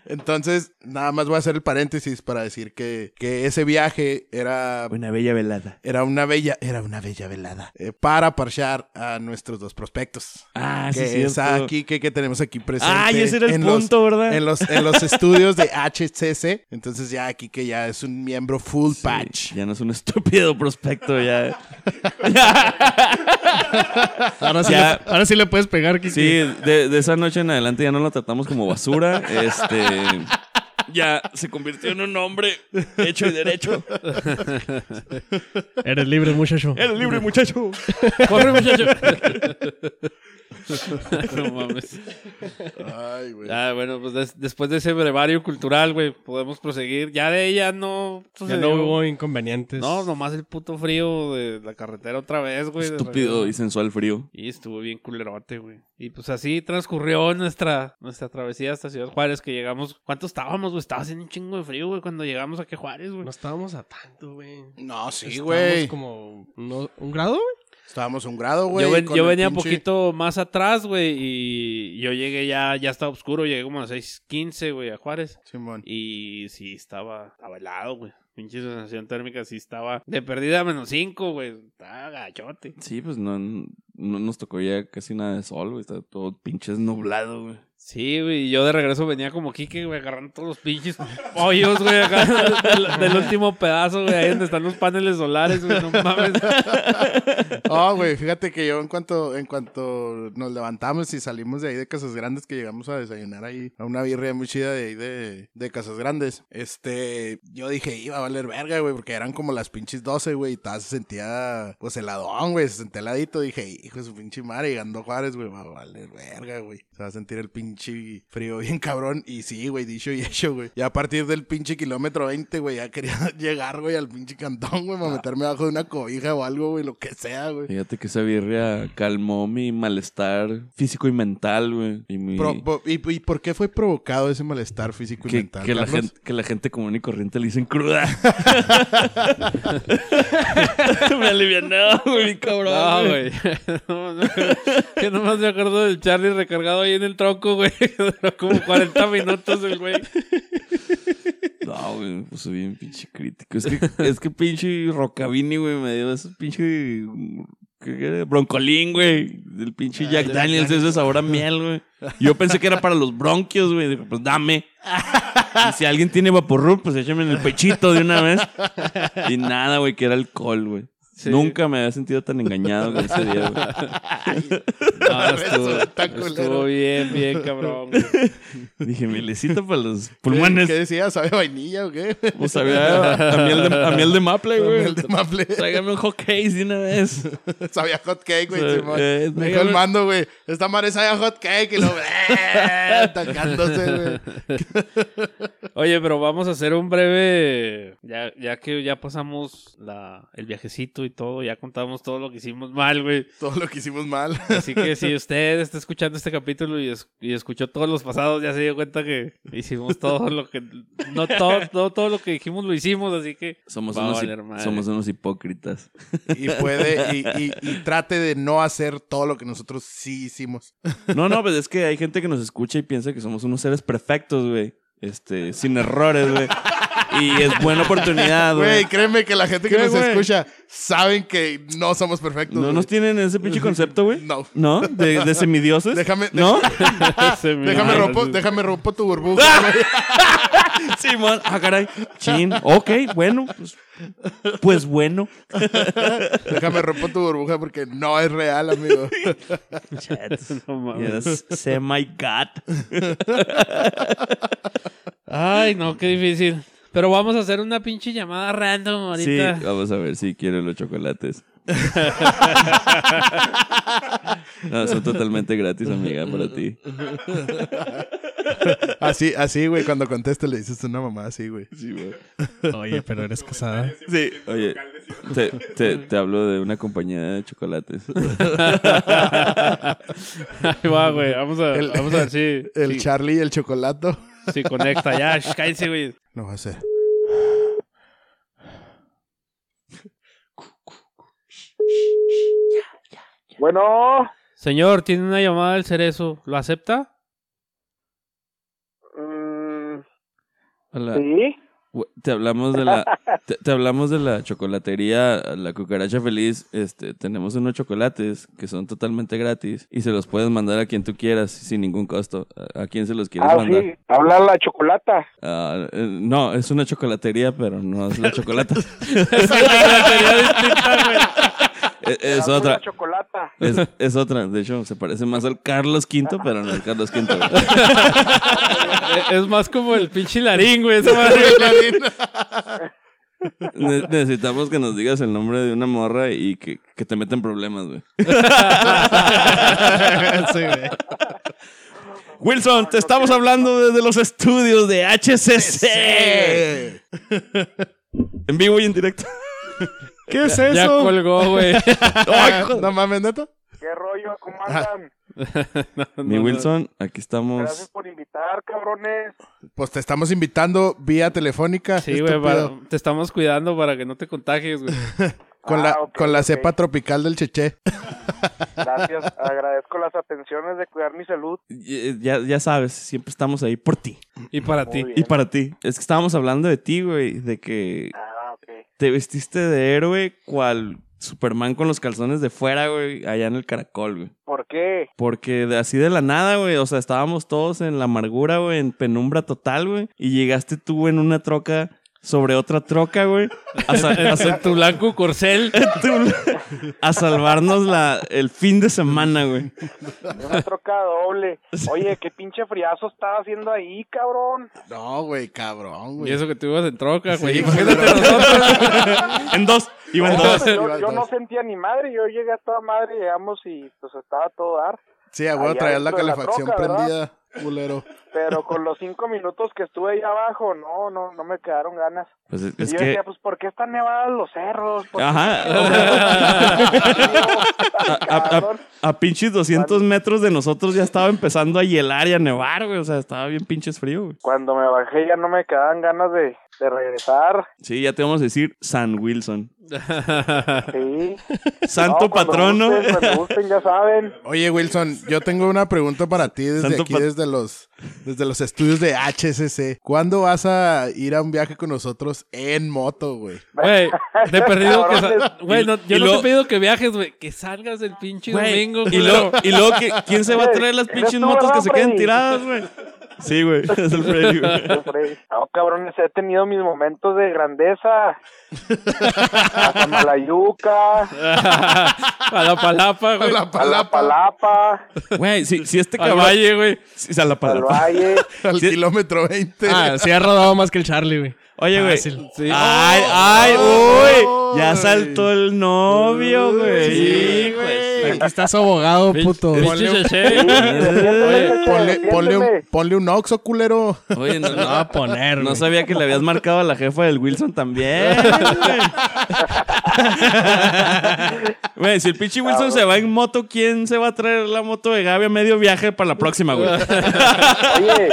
D: Entonces, nada más voy a hacer el paréntesis para decir que, que ese viaje era
C: Una bella velada.
D: Era una bella, era una bella velada. eh, para parchar a nuestros dos prospectos.
C: Ah, sí,
D: que
C: sí.
D: es aquí, que, que tenemos aquí presente.
C: Ay, ese era el
D: en
C: punto,
D: los,
C: ¿verdad?
D: En los, en los estudios de HCC. Entonces ya aquí que ya es un miembro full patch.
C: Ya no es un estúpido prospecto, ya.
G: Ahora sí,
C: Ya.
G: le, ahora sí le puedes pegar, Kiki.
C: Sí, de, de esa noche en adelante ya no lo tratamos como basura. Este. Ya se convirtió en un hombre hecho y derecho.
G: Eres libre, muchacho.
C: Eres libre, muchacho.
B: Corre, muchacho. no mames.
D: Ay, güey.
B: Ah, bueno, pues des- después de ese brevario cultural, güey, podemos proseguir. Ya de ella no. pues.
E: Ya
B: sucedió.
E: no hubo inconvenientes.
B: No, nomás el puto frío de la carretera otra vez, güey. de
C: Estúpido y
B: regreso.
C: sensual frío.
B: Y estuvo bien culerote, güey. Y pues así transcurrió nuestra, nuestra travesía hasta Ciudad Juárez, que llegamos. ¿Cuánto estábamos, güey? Estaba haciendo un chingo de frío, güey, cuando llegamos aquí a Juárez, güey.
E: No estábamos a tanto, güey.
D: No, sí,
E: Estábamos
D: güey.
E: como uno- un grado, güey.
D: Estábamos un grado, güey.
B: yo ven-
D: con
B: yo
D: el
B: venía un
D: pinche-
B: poquito más atrás, güey, y yo llegué ya, ya estaba oscuro, llegué como a las 6:15, güey, a Juárez.
D: Simón.
B: Y sí, estaba, estaba helado, güey. Pinche sensación térmica, sí estaba de perdida a menos 5, güey. Estaba gachote.
C: Sí, pues no, no nos tocó ya casi nada de sol, güey. Está todo pinches nublado, güey.
B: Sí, güey, y yo de regreso venía como Kike, güey, agarrando todos los pinches pollos, güey, acá del, del último pedazo, güey, ahí donde están los paneles solares, güey, no mames.
D: Oh, güey, fíjate que yo en cuanto, en cuanto nos levantamos y salimos de ahí de Casas Grandes, que llegamos a desayunar ahí a una birria muy chida de ahí de, de Casas Grandes, este, yo dije, iba a valer verga, güey, porque eran como las pinches 12, güey, y todas se sentía, pues, heladón, güey, se sentía heladito, dije, hijo de su pinche madre, llegando a Juárez, güey, va a valer verga, güey, se va a sentir el pinche frío bien cabrón, y sí, güey, dicho y hecho, güey, ya a partir del pinche kilómetro 20, güey, ya quería llegar, güey, al pinche cantón, güey,
C: Ah.
D: para meterme abajo de una cobija o algo, güey, lo que sea, güey.
C: Fíjate que esa birria calmó mi malestar físico y mental, güey. Y mi...
D: Pro- po- y, y por qué fue provocado ese malestar físico y
C: que,
D: mental?
C: que la
D: Carlos?
C: gente, que la gente común y corriente le dicen cruda. me alivianó, güey, cabrón.
B: No, güey.
C: güey.
B: No, no, que nomás me acuerdo del Charlie recargado ahí en el tronco, güey. que Duró como 40 minutos el güey.
C: No, güey, me puse bien pinche crítico. Es que, es que pinche Rocabini, güey, me dio ese pinche. ¿Qué era? Broncolín, güey. El pinche Ah, Jack Daniels, ese sabor a miel, güey. Yo pensé que era para los bronquios, güey. Dije, pues dame. Y si alguien tiene vaporrub, pues échame en el pechito de una vez. Y nada, güey, que era alcohol, güey.
B: Sí.
C: Nunca me había sentido tan engañado con ese día, güey.
B: No, estuvo,
D: Resulta culero.
B: estuvo bien, bien, cabrón. güey.
C: Dije, mielecita para los
D: ¿Qué-
C: pulmones.
D: ¿Qué decía? ¿Sabe a vainilla o qué?
C: Pues sabía a, a miel de, a miel de maple, güey.
D: El de maple.
C: Tráigame un hot case de una vez.
D: Sabía hot cake, güey.
C: Sabe-
D: Simón.
C: eh,
D: Me dijo el
C: dígame.
D: mando, güey. Esta madre sabe a hot cake y lo atacándose, güey.
B: Oye, pero vamos a hacer un breve. Ya, ya que ya pasamos la, el viajecito y todo, ya contamos todo lo que hicimos mal, güey.
D: Todo lo que hicimos mal.
B: Así que si usted está escuchando este capítulo y, es- y escuchó todos los pasados, ya se dio cuenta que hicimos todo lo que. No todo, no todo lo que dijimos lo hicimos, así que.
C: Somos,
B: Va a
C: unos, hip-
B: valer madre.
C: somos unos hipócritas.
D: Y puede, y, y, y trate de no hacer todo lo que nosotros sí hicimos.
C: No, no, pues es que hay gente que nos escucha y piensa que somos unos seres perfectos, güey. Este, sin errores, güey. Y es buena oportunidad,
D: Güey,
C: güey.
D: créeme que la gente que
G: ¿Qué,
D: nos
G: güey?
D: escucha saben que no somos perfectos.
C: ¿No
D: güey.
C: nos tienen ese pinche concepto, güey?
D: No.
C: ¿No? ¿De, de semidioses?
D: Déjame-
C: ¿No?
B: Se me-
D: Ah, Déjame
B: Ay,
D: rompo,
B: Ah, sí.
D: déjame rompo tu burbuja. güey.
C: Simón. Ah, caray. Chin. Ok, bueno. Pues, pues bueno.
D: déjame rompo tu burbuja porque no es real, amigo.
B: No mames.
C: Yes, say my God.
B: Ay, no, qué difícil. Pero vamos a hacer una pinche llamada random
C: Sí,
B: ahorita.
C: vamos a ver si quiero los chocolates. No, son totalmente gratis, amiga, para ti.
D: Así, así, güey, cuando conteste le dices una mamá así, güey.
C: Sí, güey.
G: Oye, pero eres casada.
C: Sí, oye, te, te- te hablo de una compañía de chocolates.
B: Ahí va, güey. Vamos a,
D: El-
B: vamos a ver si,
D: El
B: si-
D: Charlie y el chocolato.
B: si conecta. Ya, sh, cállense, güey.
D: No va a ser.
H: Bueno,
B: Señor, tiene una llamada del cerezo. ¿Lo acepta?
H: mm,
C: Hola.
H: sí,
C: Güey, Te hablamos de la te, te hablamos de la chocolatería La Cucaracha Feliz. Este, tenemos unos chocolates que son totalmente gratis y se los puedes mandar a quien tú quieras sin ningún costo. ¿A, a quién se los quieres
H: ah,
C: mandar?
H: sí, habla la chocolata.
C: Ah, eh, no, es una chocolatería, pero no es la chocolata. E, es, es
H: Habla
C: otra.
H: La chocolata.
C: Es, es otra, de hecho, se parece más al Carlos V, pero no al Carlos V. güey.
B: E- es más como el pinche larín, güey. esa madre.
C: Ne- necesitamos que nos digas el nombre de una morra y que, que te meten problemas, güey. Wilson, te estamos hablando desde los estudios de HCC. En vivo y en directo.
G: ¿Qué es
B: Ya
G: eso?
B: colgó, güey.
D: no mames, neto.
H: ¿Qué rollo? ¿Cómo andan?
C: Mi Wilson, aquí
H: Gracias
C: estamos.
H: por invitar, cabrones.
D: Pues te estamos invitando vía telefónica.
B: Sí, güey.
D: estúpido.
B: para- te estamos cuidando para que no te contagies, güey.
D: Con,
H: Ah,
D: la,
H: ok,
D: con la
H: ok.
D: cepa tropical del cheché.
H: Gracias, agradezco las atenciones de cuidar mi salud.
C: Y- eh, Ya, ya sabes, siempre estamos ahí por ti.
B: Y para ti.
H: Muy
C: Y
H: bien.
C: para ti. Es que estábamos hablando de ti, güey. De que
H: Ah, ok.
C: te vestiste de héroe cual Superman con los calzones de fuera, güey. Allá en el caracol, güey.
H: ¿Por qué?
C: Porque de- así de la nada, güey, o sea, estábamos todos en la amargura, güey, en penumbra total, güey, y llegaste tú en una troca sobre otra troca, güey, a, sa- a sa-
B: Tu blanco corcel.
C: a salvarnos la, el fin de semana, güey.
H: Una troca doble. Oye, qué pinche friazo estaba haciendo ahí, cabrón.
D: No, güey, cabrón,
B: Y
D: güey.
B: eso que tú ibas en troca, güey.
D: Sí,
B: Imagínate
D: güey.
B: nosotros.
C: En dos,
H: No,
C: iban dos.
H: yo,
D: Iba al
H: yo no
D: dos.
H: sentía ni madre, yo llegué a toda madre, llegamos y pues estaba a todo dar.
D: Sí, a huevo
H: Allá
D: traías la
H: dentro de la
D: calefacción
H: troca,
D: prendida, culero.
H: Pero con los cinco minutos que estuve ahí abajo, no, no, no me quedaron ganas.
C: Pues es,
H: Y
C: es
H: yo
C: que...
H: decía, pues, ¿por qué están nevados los cerros? ¿Por qué
C: Ajá. A, a- a- a pinches 200 metros de nosotros ya estaba empezando a hielar y a nevar, güey. O sea, estaba bien pinches frío, güey.
H: Cuando me bajé ya no me quedaban ganas de, de regresar.
C: Sí, ya te vamos a decir San Wilson.
H: Sí.
C: Santo
H: No, cuando
C: patrono.
H: gusten, cuando gusten, ya saben.
D: Oye, Wilson, yo tengo una pregunta para ti desde
C: Santo
D: aquí,
C: pat-
D: desde los, desde los estudios de HCC. ¿Cuándo vas a ir a un viaje con nosotros en moto, güey?
B: Güey, te he perdido que... sa-
H: Cabrones.
B: Güey, no- yo
C: Y
B: no
C: lo-
B: te he pedido que viajes, güey. Que salgas del pinche
C: Güey,
B: domingo,
C: Y
B: culero.
C: luego, y luego ¿qui- ¿quién se va a traer las
H: Eres
C: pinches
H: tú,
C: motos que
H: ¿verdad,
C: se queden
H: Freddy?
C: tiradas, güey? Sí, güey, es el Freddy, güey.
H: Yo por ahí. No, cabrones, he tenido mis momentos de grandeza. A Malayuca,
B: a la palapa, güey.
H: a La Palapa,
C: Güey, si, si este
B: Al
C: cabrón...
B: valle, güey.
C: Si, si a la
H: al
C: palapa.
H: Valle.
D: Al
C: Sí.
D: kilómetro 20.
G: Ah, sí ha rodado más que el Charlie, güey.
C: Oye, güey.
G: Fácil.
B: Sí.
C: Ay, ay,
D: Oh,
C: uy. Ya
D: ay.
C: saltó el novio, güey.
D: Sí,
G: Aquí estás abogado, puto.
B: Pinche
H: Sí,
B: cheche.
H: defiéndeme,
D: Ponle,
H: defiéndeme.
D: ponle un, ponle un oxo, culero.
C: Oye, no,
G: Lo va
C: no,
E: Ah,
G: a poner,
C: no
G: güey.
C: sabía que le habías marcado a la jefa del Wilson también. güey. Güey, si el pinche Wilson se va en moto, ¿quién se va a traer la moto de Gaby a medio viaje para la próxima, güey?
H: Oye,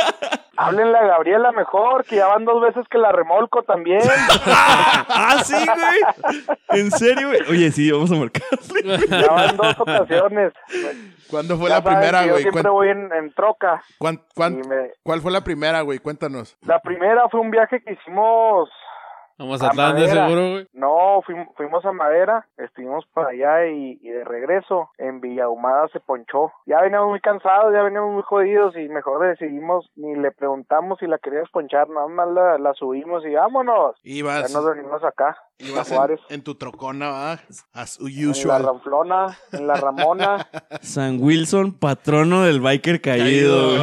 H: Háblenle a Gabriela mejor, que ya van dos veces que la remolco también.
C: ¡Ah, sí, güey! ¿En serio, güey? Oye, sí, vamos a marcarle.
H: Ya van dos ocasiones.
D: ¿Cuándo fue
H: Ya
D: la
H: saben
D: primera,
H: que Yo
D: güey?
H: siempre
D: Cuen-
H: voy en, en troca.
D: cuán- cuán-
H: y me-
D: ¿Cuál fue la primera, güey? Cuéntanos.
H: La primera fue un viaje que hicimos
B: Vamos
H: A
B: a Mazatlán, de
H: madera.
B: seguro, güey.
H: No, fuim- fuimos a Madera, estuvimos para allá y, y de regreso en Villahumada se ponchó. Ya veníamos muy cansados, ya veníamos muy jodidos y mejor decidimos, ni le preguntamos si la queríamos ponchar, nada más la, la subimos y vámonos. Ya
D: Ibas,
H: nos venimos acá, a
D: ibas
H: Juárez.
D: en, en tu trocona, ¿verdad? As
H: En la
D: usual.
H: Ramflona, en la Ramona.
C: San Wilson, patrono del biker caído, güey.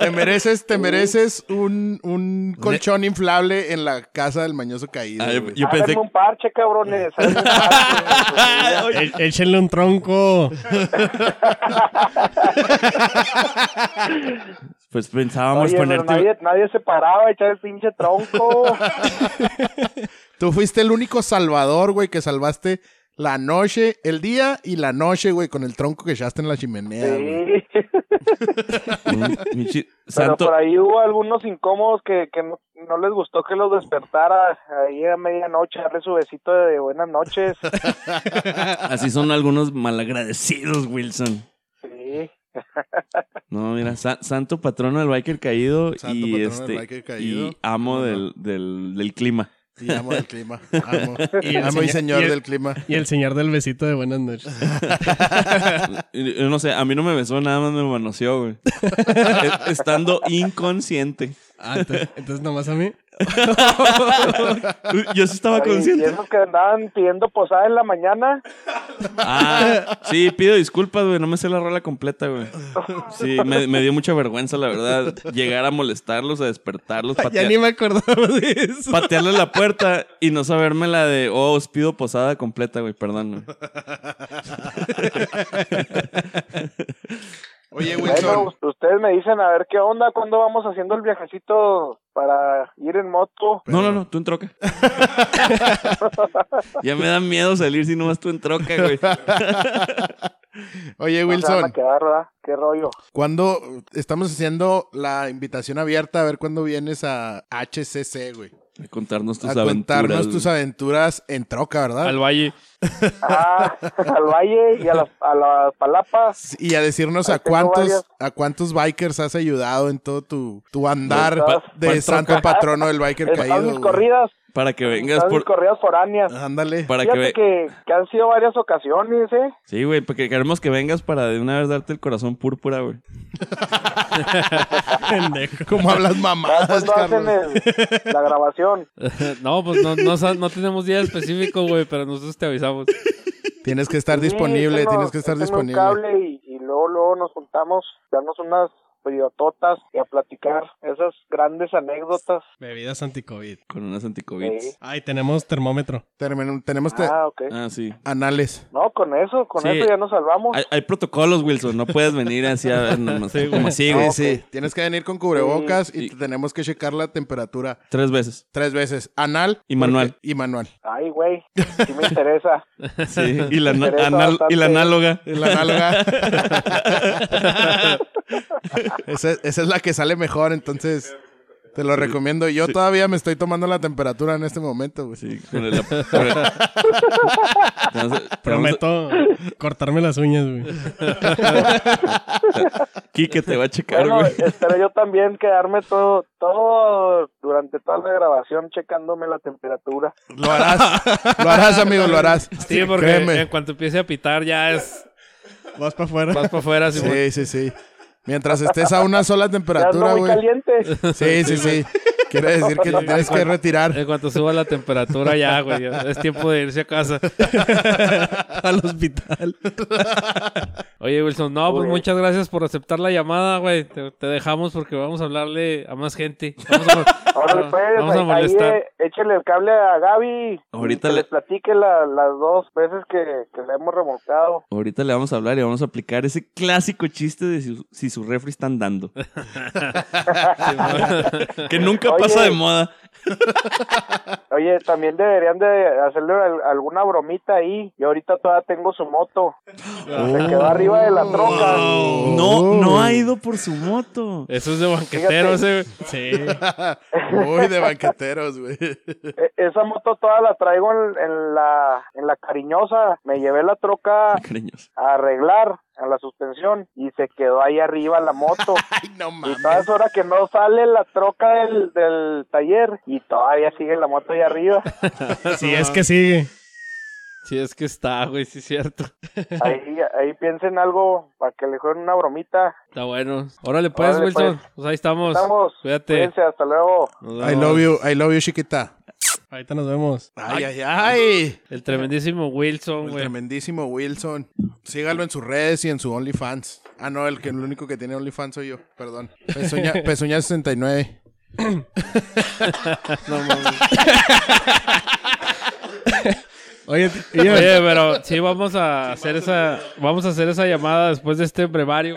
D: Te mereces, te mereces un, un colchón inflable en la casa del mañoso caído.
C: Ah, yo,
D: güey.
C: yo pensé Eh.
H: Háganme un parche, cabrones. háganme un parche.
G: Ah, Échenle un tronco.
C: Pues pensábamos
H: Oye, pero
C: ponerte...
H: nadie, nadie se paraba a echar el pinche tronco.
D: Tú fuiste el único salvador, güey, que salvaste la noche, el día y la noche, güey, con el tronco que echaste en la chimenea, güey.
H: Sí.
C: Un pinche
H: Pero
C: Santo...
H: por ahí hubo algunos incómodos que, que no, no les gustó que los despertara ahí a medianoche, darle su besito de buenas noches.
C: Así son algunos malagradecidos, Wilson.
H: Sí.
C: No, mira, sa- santo patrono del biker caído
D: Santo
C: y
D: patrono del
C: este
D: biker caído.
C: y amo del, del, del clima.
D: Sí, amo del clima. Amo.
G: Y el
D: Amo y
G: señor- y
D: señor
G: el-
D: del clima.
G: Y el señor del besito de buenas noches.
C: Y- Yo no sé, a mí no me besó, nada más me manoseó, güey. E- Estando inconsciente.
G: Ah, entonces, entonces nomás a mí.
C: Yo sí estaba
H: Oye, Y
C: consciente.
H: esos que andaban pidiendo posada en la mañana,
C: Ah, sí, pido disculpas, güey. No me sé la rola completa, güey. Sí, me, me dio mucha vergüenza, la verdad. Llegar a molestarlos, a despertarlos,
G: Ya
C: patear-
G: ni me acordaba de eso.
C: patearles la puerta y no saberme la de, oh, os pido posada completa, güey. Perdón, güey.
D: Oye,
H: bueno, pues,
D: Wilson.
H: ustedes me dicen a ver qué onda, cuándo vamos haciendo el viajecito para ir en moto.
C: No, no, no, tú en troca. ya me da miedo salir si no vas tú en troca, güey.
D: Oye,
H: No se van a
D: Wilson.
H: quedar, ¿verdad? ¿Qué rollo?
D: ¿Cuándo estamos haciendo la invitación abierta a ver cuándo vienes a HCC, güey?
C: A contarnos tus
D: a
C: aventuras.
D: contarnos
C: güey.
D: tus aventuras en troca, ¿verdad?
B: Al valle.
H: Ah, al valle y a las, a las palapas.
D: Y a decirnos a
H: Tengo
D: cuántos
H: varias.
D: a cuántos bikers has ayudado en todo tu, tu andar
H: Pa-
D: de
C: pa-
D: santo patrono del biker
H: Están
D: caído.
H: mis
D: güey.
H: corridas,
C: Para que vengas
H: están mis
C: por. Ah,
H: corridas foráneas.
D: Ándale.
C: Para que
H: Fíjate
C: ve...
H: que, que han sido varias ocasiones, ¿eh?
C: Sí, güey, porque queremos que vengas para de una vez darte el corazón púrpura, güey.
D: ¿Cómo hablas
H: ¿Sabes
D: mamadas,
H: ¿Cuándo hacen
D: Carlos?
H: el- la grabación?
B: No, pues no, no, sa- no tenemos día específico, güey, pero nosotros te avisamos.
D: Tienes que estar
H: Sí,
D: disponible,
H: échenos-
D: tienes que estar
H: échenos
D: disponible.
H: Un cable y, y luego, luego nos juntamos, darnos unas privatotas y a platicar esas grandes anécdotas.
G: Bebidas anti-COVID.
C: Con unas anticovids.
H: Sí.
G: Ay, tenemos termómetro.
D: Termen- Tenemos Pues te-
H: Ah, ok.
C: Ah, sí.
D: anales.
H: No, con eso, con
C: Sí.
H: eso ya nos salvamos.
C: Hay, hay protocolos, Wilson. No puedes venir así a ver nomás. como así, güey.
D: No, ok. Tienes que venir con cubrebocas y, te tenemos que checar la temperatura
C: Tres veces.
D: tres veces. Anal
C: Y manual.
D: porque- Y manual.
H: Ay, güey, sí me interesa.
C: Sí. Y la, na-
H: interesa
C: anal- y
H: bastante.
C: la análoga.
D: La nalga. esa, esa es la que sale mejor, entonces te lo recomiendo. Yo todavía me estoy tomando la temperatura en este momento, güey.
C: Sí, con el. con el- Entonces,
G: Prometo cortarme las uñas, güey.
C: Quique te va a checar,
H: Bueno, eh,
C: güey.
H: espero yo también quedarme todo, todo, durante toda la grabación checándome la temperatura.
D: Lo harás. Lo harás, amigo, lo harás.
B: Sí, porque
D: Créeme.
B: en cuanto empiece a pitar ya es
G: Vas para afuera.
B: vas para afuera. Simón.
D: Sí, sí, sí. Mientras estés a una sola
H: Ya ando
D: temperatura,
H: muy
D: güey.
H: caliente.
D: Sí, sí, sí. Quiere decir que te tienes que retirar.
B: En cuanto Eh, suba la temperatura ya, güey, ya es tiempo de irse a casa.
G: Al hospital.
B: Oye, Wilson, no, pues
H: Oye.
B: muchas gracias por aceptar la llamada, güey. Te, te dejamos porque vamos a hablarle a más gente. Vamos a,
H: Ahora pues,
B: vamos a
H: ahí- ahí,
B: molestar.
H: eh, échele el cable a Gaby.
C: Ahorita
H: y que
C: le-
H: les platique la- las dos veces que, que le hemos remolcado.
C: Ahorita le vamos a hablar y vamos a aplicar ese clásico chiste de si, si su refri está andando. que nunca
H: Oye.
C: pasa de moda.
H: Oye, también deberían de hacerle al- alguna bromita ahí. Yo ahorita todavía tengo su moto. Se quedó arriba de la troca.
C: No, no ha ido por su moto.
B: Eso es de banqueteros, eh, güey.
D: Muy de banqueteros, güey.
H: E- Esa moto toda la traigo en, en la, en la cariñosa. Me llevé la troca
C: Cariños.
H: a arreglar a la suspensión y se quedó ahí arriba la moto.
D: Ay, no
H: Y toda
D: mames.
H: esa hora que no sale la troca del, del taller y todavía sigue la moto ahí arriba.
G: Si es que sigue.
B: Sí, es que está, güey, sí es cierto.
H: Ahí, ahí piensen algo para que le jueguen una bromita.
B: Está bueno. Órale, pues,
H: Órale,
B: Wilson.
H: pues.
B: Pues ahí estamos.
H: Estamos.
B: Cuídate.
H: Cuídense, hasta luego.
B: Nos
D: I
B: vemos.
D: love you, I love you, chiquita.
G: Ahorita nos vemos.
D: Ay, ay, ay.
B: El tremendísimo Wilson,
D: El
B: güey.
D: tremendísimo Wilson. Sígalo en sus redes y en su OnlyFans. Ah, no, el que el único que tiene OnlyFans soy yo. Perdón. Pezuña, Pezuña 69.
G: Oye, t- Ian,
B: Oye, pero sí vamos a hacer esa, vamos a hacer esa llamada después de este brevario.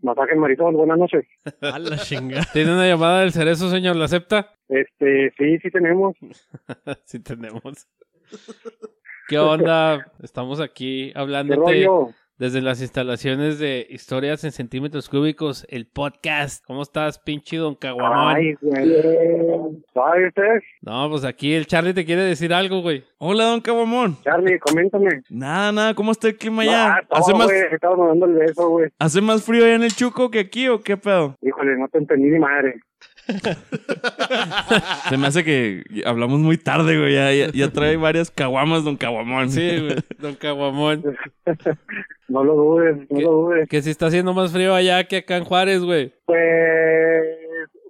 H: Masaje Maritón, buenas noches.
G: a la chingada.
B: Tiene una llamada del cerezo, señor, ¿la acepta?
H: Este, sí, sí tenemos.
B: sí tenemos. ¿Qué onda? Estamos aquí
H: ¿Qué
B: hablándote
H: rollo?
B: desde las instalaciones de Historias en Centímetros Cúbicos, el podcast. ¿Cómo estás, pinche don Caguamón?
H: Ay, güey. ¿Sabe usted?
B: No, pues aquí el Charlie te quiere decir algo, güey.
C: Hola, don Cabamón.
H: Charlie, coméntame.
C: Nada, nada, ¿cómo está el clima
H: Ah,
C: allá?
H: no,
C: ¿Hace, más,
H: güey, estaba mandando el beso, güey.
C: ¿Hace más frío allá en el Chuco que aquí o qué pedo?
H: Híjole, no te entendí ni madre.
C: Se me hace que hablamos muy tarde, güey. Ya, ya- ya trae varias caguamas, don Caguamón.
B: Sí, güey, don Caguamón.
H: No lo dudes, no
B: ¿Qué?
H: lo dudes.
B: Que si está haciendo más frío allá que acá en Juárez, güey.
H: Pues,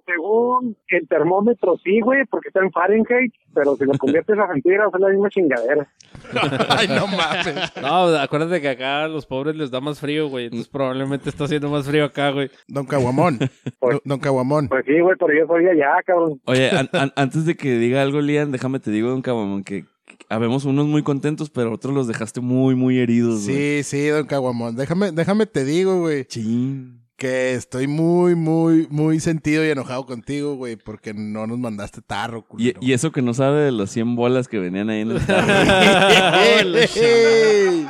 H: según el termómetro, sí, güey, porque está en Fahrenheit, pero si lo conviertes a centígrados es la misma chingadera.
D: Ay, no mames.
B: No, acuérdate que acá a los pobres les da más frío, güey. Entonces probablemente está haciendo más frío acá, güey.
D: Don Caguamón. Don- Don Caguamón.
H: Pues sí, güey, pero yo soy de allá, cabrón.
C: Oye, an- an- antes de que diga algo, Lian, déjame te digo, don Caguamón, que que habemos unos muy contentos, pero otros los dejaste muy, muy heridos, güey.
D: Sí, sí, Don Caguamón. Déjame, déjame te digo, güey.
C: Chin.
D: Que estoy muy, muy, muy sentido y enojado contigo, güey, porque no nos mandaste tarro,
C: Y,
D: culero.
C: y eso que no sabe de las 100 bolas que venían ahí en el carro.
D: Ey.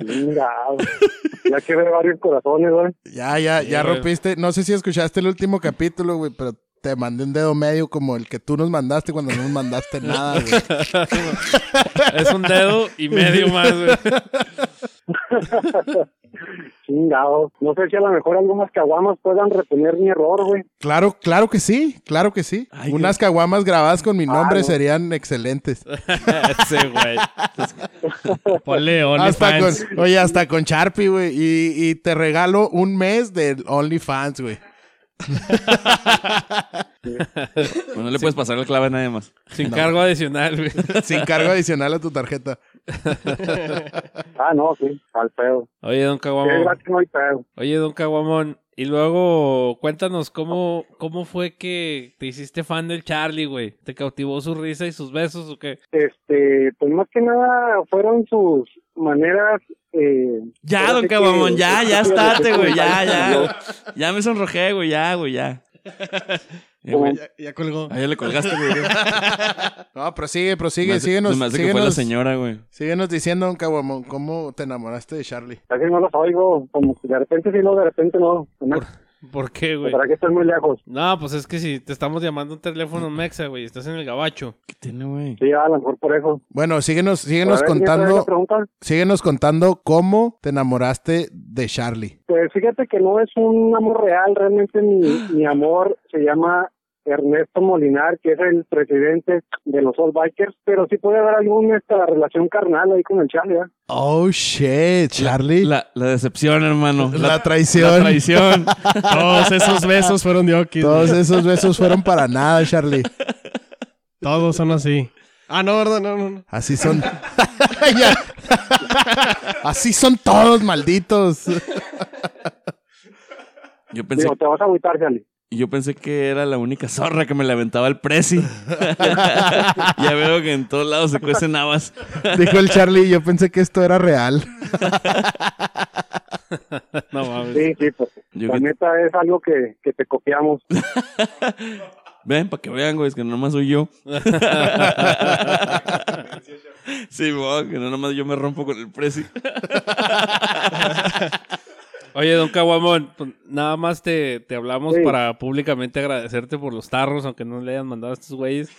H: Mira, ya que veo varios corazones, güey.
D: Ya, ya, ya
B: güey.
D: rompiste. No sé si escuchaste el último capítulo, güey, pero te mandé un dedo medio como el que tú nos mandaste cuando no nos mandaste nada, güey.
B: Es un dedo y medio más, güey.
H: Chingado. No sé si a lo mejor algunas caguamas puedan reponer mi error, güey.
D: Claro, claro que sí, claro que sí.
C: Ay,
D: Unas caguamas grabadas con mi nombre
H: no.
D: serían excelentes.
B: Ese, güey.
G: Ponle
D: Hasta
G: OnlyFans.
D: con, oye, hasta con Sharpie, güey. Y, y te regalo un mes de OnlyFans, güey.
C: Bueno, no le puedes pasar la clave a nadie más.
B: Sin cargo adicional, güey.
D: Sin cargo adicional a tu tarjeta.
H: Ah, no, sí, al pedo.
B: Oye, don
H: Sí,
B: Caguamón.
H: gratis no hay pedo.
B: Oye, don Caguamón. Y luego, cuéntanos cómo, cómo fue que te hiciste fan del Charlie, güey. ¿Te cautivó su risa y sus besos o qué?
H: Este, pues más que nada fueron sus maneras. Eh,
C: Ya,
H: ahora
C: don
H: sí que-
C: Cabamón, ya, ya estate, güey. Ya,
H: Yo-
C: ya. Ya me sonrojé, güey. Ya, güey, ya. Eh, güey,
G: Ya, ya colgó.
C: Ah, ya le colgaste, güey.
D: No, prosigue,
C: Me
D: prosigue.
C: hace-
D: síguenos,
C: se me hace que fue la
D: síguenos,
C: señora, güey.
D: síguenos diciendo, don Caguamón, cómo te enamoraste de Charlie.
H: Casi no los oigo, como que de repente sí, luego de repente no. Además,
B: ¿Por qué, güey?
H: ¿Para que están muy lejos?
B: No, pues es que si te estamos llamando un teléfono mexa, güey, estás en el gabacho.
C: ¿Qué tiene, güey?
H: Sí, a lo mejor por eso.
D: Bueno, síguenos,
H: A
D: síguenos
H: ver, ¿tienes alguna
D: contando,
H: pregunta?
D: síguenos contando cómo te enamoraste de Charlie.
H: Pues fíjate que no es un amor real, realmente mi, mi amor se llama Ernesto Molinar, que es el presidente de los All Bikers, pero sí puede haber alguna esta, relación carnal ahí con el Charlie, ¿eh? ¿verdad?
D: Oh shit, Charlie. La,
C: La, la decepción, hermano. La,
D: traición.
C: la traición.
G: Todos esos besos fueron de Oki.
D: Todos esos besos fueron para nada, Charlie.
G: Todos son así. Ah, no, ¿verdad? No, no, no.
D: Así son. Ya. Así son todos, malditos.
C: Yo pensé,
H: Digo, te vas a agüitar, Charlie.
C: yo pensé que era la única zorra que me la aventaba el presi. ya veo que en todos lados se cuecen habas.
D: Dijo el Charlie, yo pensé que esto era real.
B: No mames.
I: Sí, sí, pues.
C: Yo
I: la
C: que-
I: neta es algo que, que te copiamos.
C: Ven, para que vean, güey, es que no nomás soy yo. sí, güey, que no nomás yo me rompo con el presi.
B: Oye, don Caguamón, pues, nada más te, te hablamos
I: Sí.
B: para públicamente agradecerte por los tarros, aunque no le hayan mandado a estos güeyes.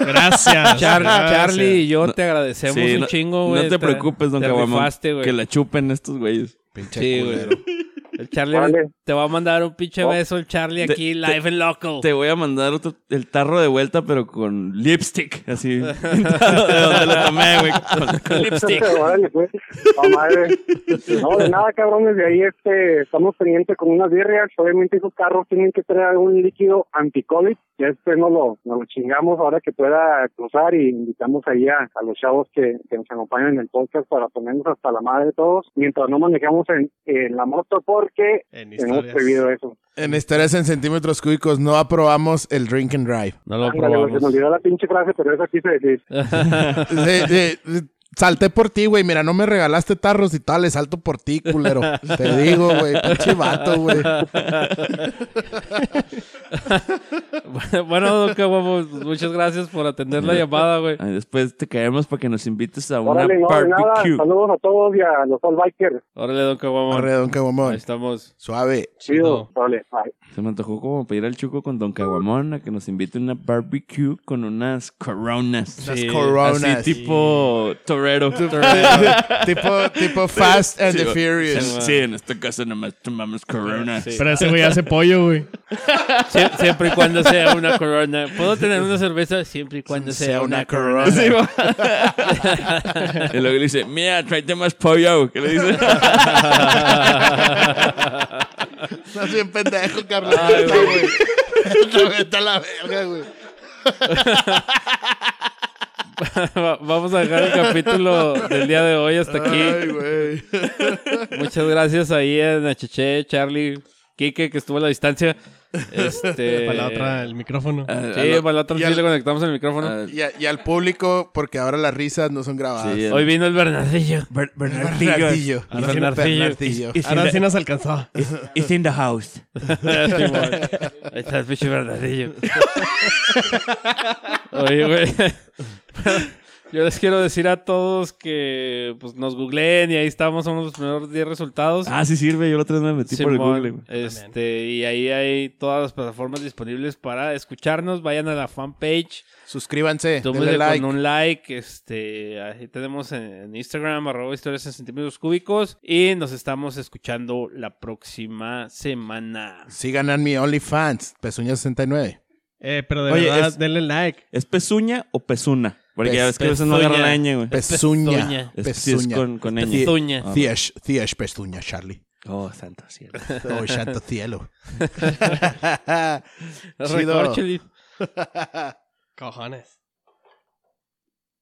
G: Gracias.
B: Char-
G: gracias.
B: Charlie y yo te agradecemos
C: Sí,
B: un
C: no-
B: chingo, güey.
C: No te preocupes, don
B: te
C: Caguamón.
B: rifaste, güey.
C: Que la chupen estos güeyes.
D: Pinche
B: Sí, güey.
D: culero.
B: El Charlie
I: Vale.
B: te va a mandar un pinche
I: Oh.
B: beso, el Charlie,
C: Te-
B: aquí, live and local.
C: Te voy a mandar otro, el tarro de vuelta, pero con lipstick, así. pintado de donde lo tomé, güey. Con- con lipstick.
I: Órale, pues. Ah, madre. No, de nada, cabrones. De ahí este, estamos pendientes con unas birrias. Obviamente, esos carros tienen que tener algún líquido anti-COVID. Ya este no lo, no lo chingamos ahora que pueda cruzar. Y invitamos ahí a, a los chavos que, que nos acompañan en el podcast para ponernos hasta la madre de todos. Mientras no manejamos en, en la moto, porque
G: En
I: tenemos
G: historias.
I: prohibido eso.
D: En historias en centímetros cúbicos no aprobamos el drink and drive.
B: No lo
I: Ándale, güey, se me
B: probamos.
I: olvidó la pinche frase, pero eso quise decir.
D: Eh, eh, eh, salté por ti, güey. Mira, no me regalaste tarros y tal. Le salto por ti, culero. Te digo, güey. Pinche vato, güey.
B: bueno, don Caguamón, pues, muchas gracias por atender la llamada, güey.
C: Ay, después te caemos para que nos invites a una
I: Órale, no, de nada.
C: barbecue.
I: Saludos a todos y a los All Bikers.
B: Órale, don Caguamón.
D: Corre, don
B: Ahí
D: Caguamón.
B: estamos.
D: Suave.
I: Chido. Órale, bye.
C: Se me antojó como pedir al Chuco con Don Caguamón a que nos invite a una barbecue con unas coronas.
D: Las coronas.
C: Así tipo torero.
D: tipo, tipo Fast and the Furious.
C: Sí, en este caso nomás tomamos coronas.
G: Pero ese güey hace pollo, güey.
B: Sie- siempre y cuando sea una corona. ¿Puedo tener una cerveza? Siempre y cuando sea,
D: Sea
B: una,
D: una
B: corona.
C: Sí,
D: corona.
C: va. y luego le dice, mira, tráete más pollo. ¿Qué le dice?
D: Estás bien pendejo, carnal. Te vete a la verga, güey.
B: Va- Vamos a dejar el capítulo del día de hoy hasta aquí.
D: Ay, güey.
B: Muchas gracias ahí a Nacheche, Charlie, Kike, que estuvo a la distancia. Este...
G: Para la otra, el micrófono.
B: Sí, para la otra
D: Y
B: sí
D: al-
B: le conectamos el micrófono.
C: Ah,
D: Y, a- y al público, porque ahora las risas no son grabadas.
C: sí,
B: Hoy vino el Bernardillo.
D: Bernardillo.
B: Bernardillo.
D: Bernardillo.
G: Ahora sí nos alcanzó.
C: It's in the house.
B: Simón. Ahí está el pinche Bernardillo. Oye, güey. Yo les quiero decir a todos que pues, nos googleen y ahí estamos, somos los primeros 10 resultados.
C: Ah, sí sirve. Yo la otra vez me metí por el
B: Simón,
C: Google. güey.
B: Este, y ahí hay todas las plataformas disponibles para escucharnos. Vayan a la fanpage,
D: Suscríbanse.
B: tómenle
D: Eh, Denle like.
B: con un like. Este, ahí tenemos en, en Instagram, arroba historias en centímetros cúbicos. Y nos estamos escuchando la próxima semana.
D: Sigan a mi OnlyFans, Pezuña69.
G: Eh, pero de
C: Oye,
G: verdad,
C: es-
G: denle like.
C: ¿Es pezuña o pezuna? Porque
D: Pez-
C: ya ves que a veces no
B: pezuña.
C: agarran la ñ, güey.
D: Pezuña.
B: Pezuña.
C: Es- sí, es
D: Pezuña.
C: con, con ñ.
B: Pezuña.
C: Ah,
D: Ciesh, ciesh, Pezuña, Charlie.
C: Oh, santo cielo.
D: Oh, santo cielo.
B: Recorcholis.
G: Cojones.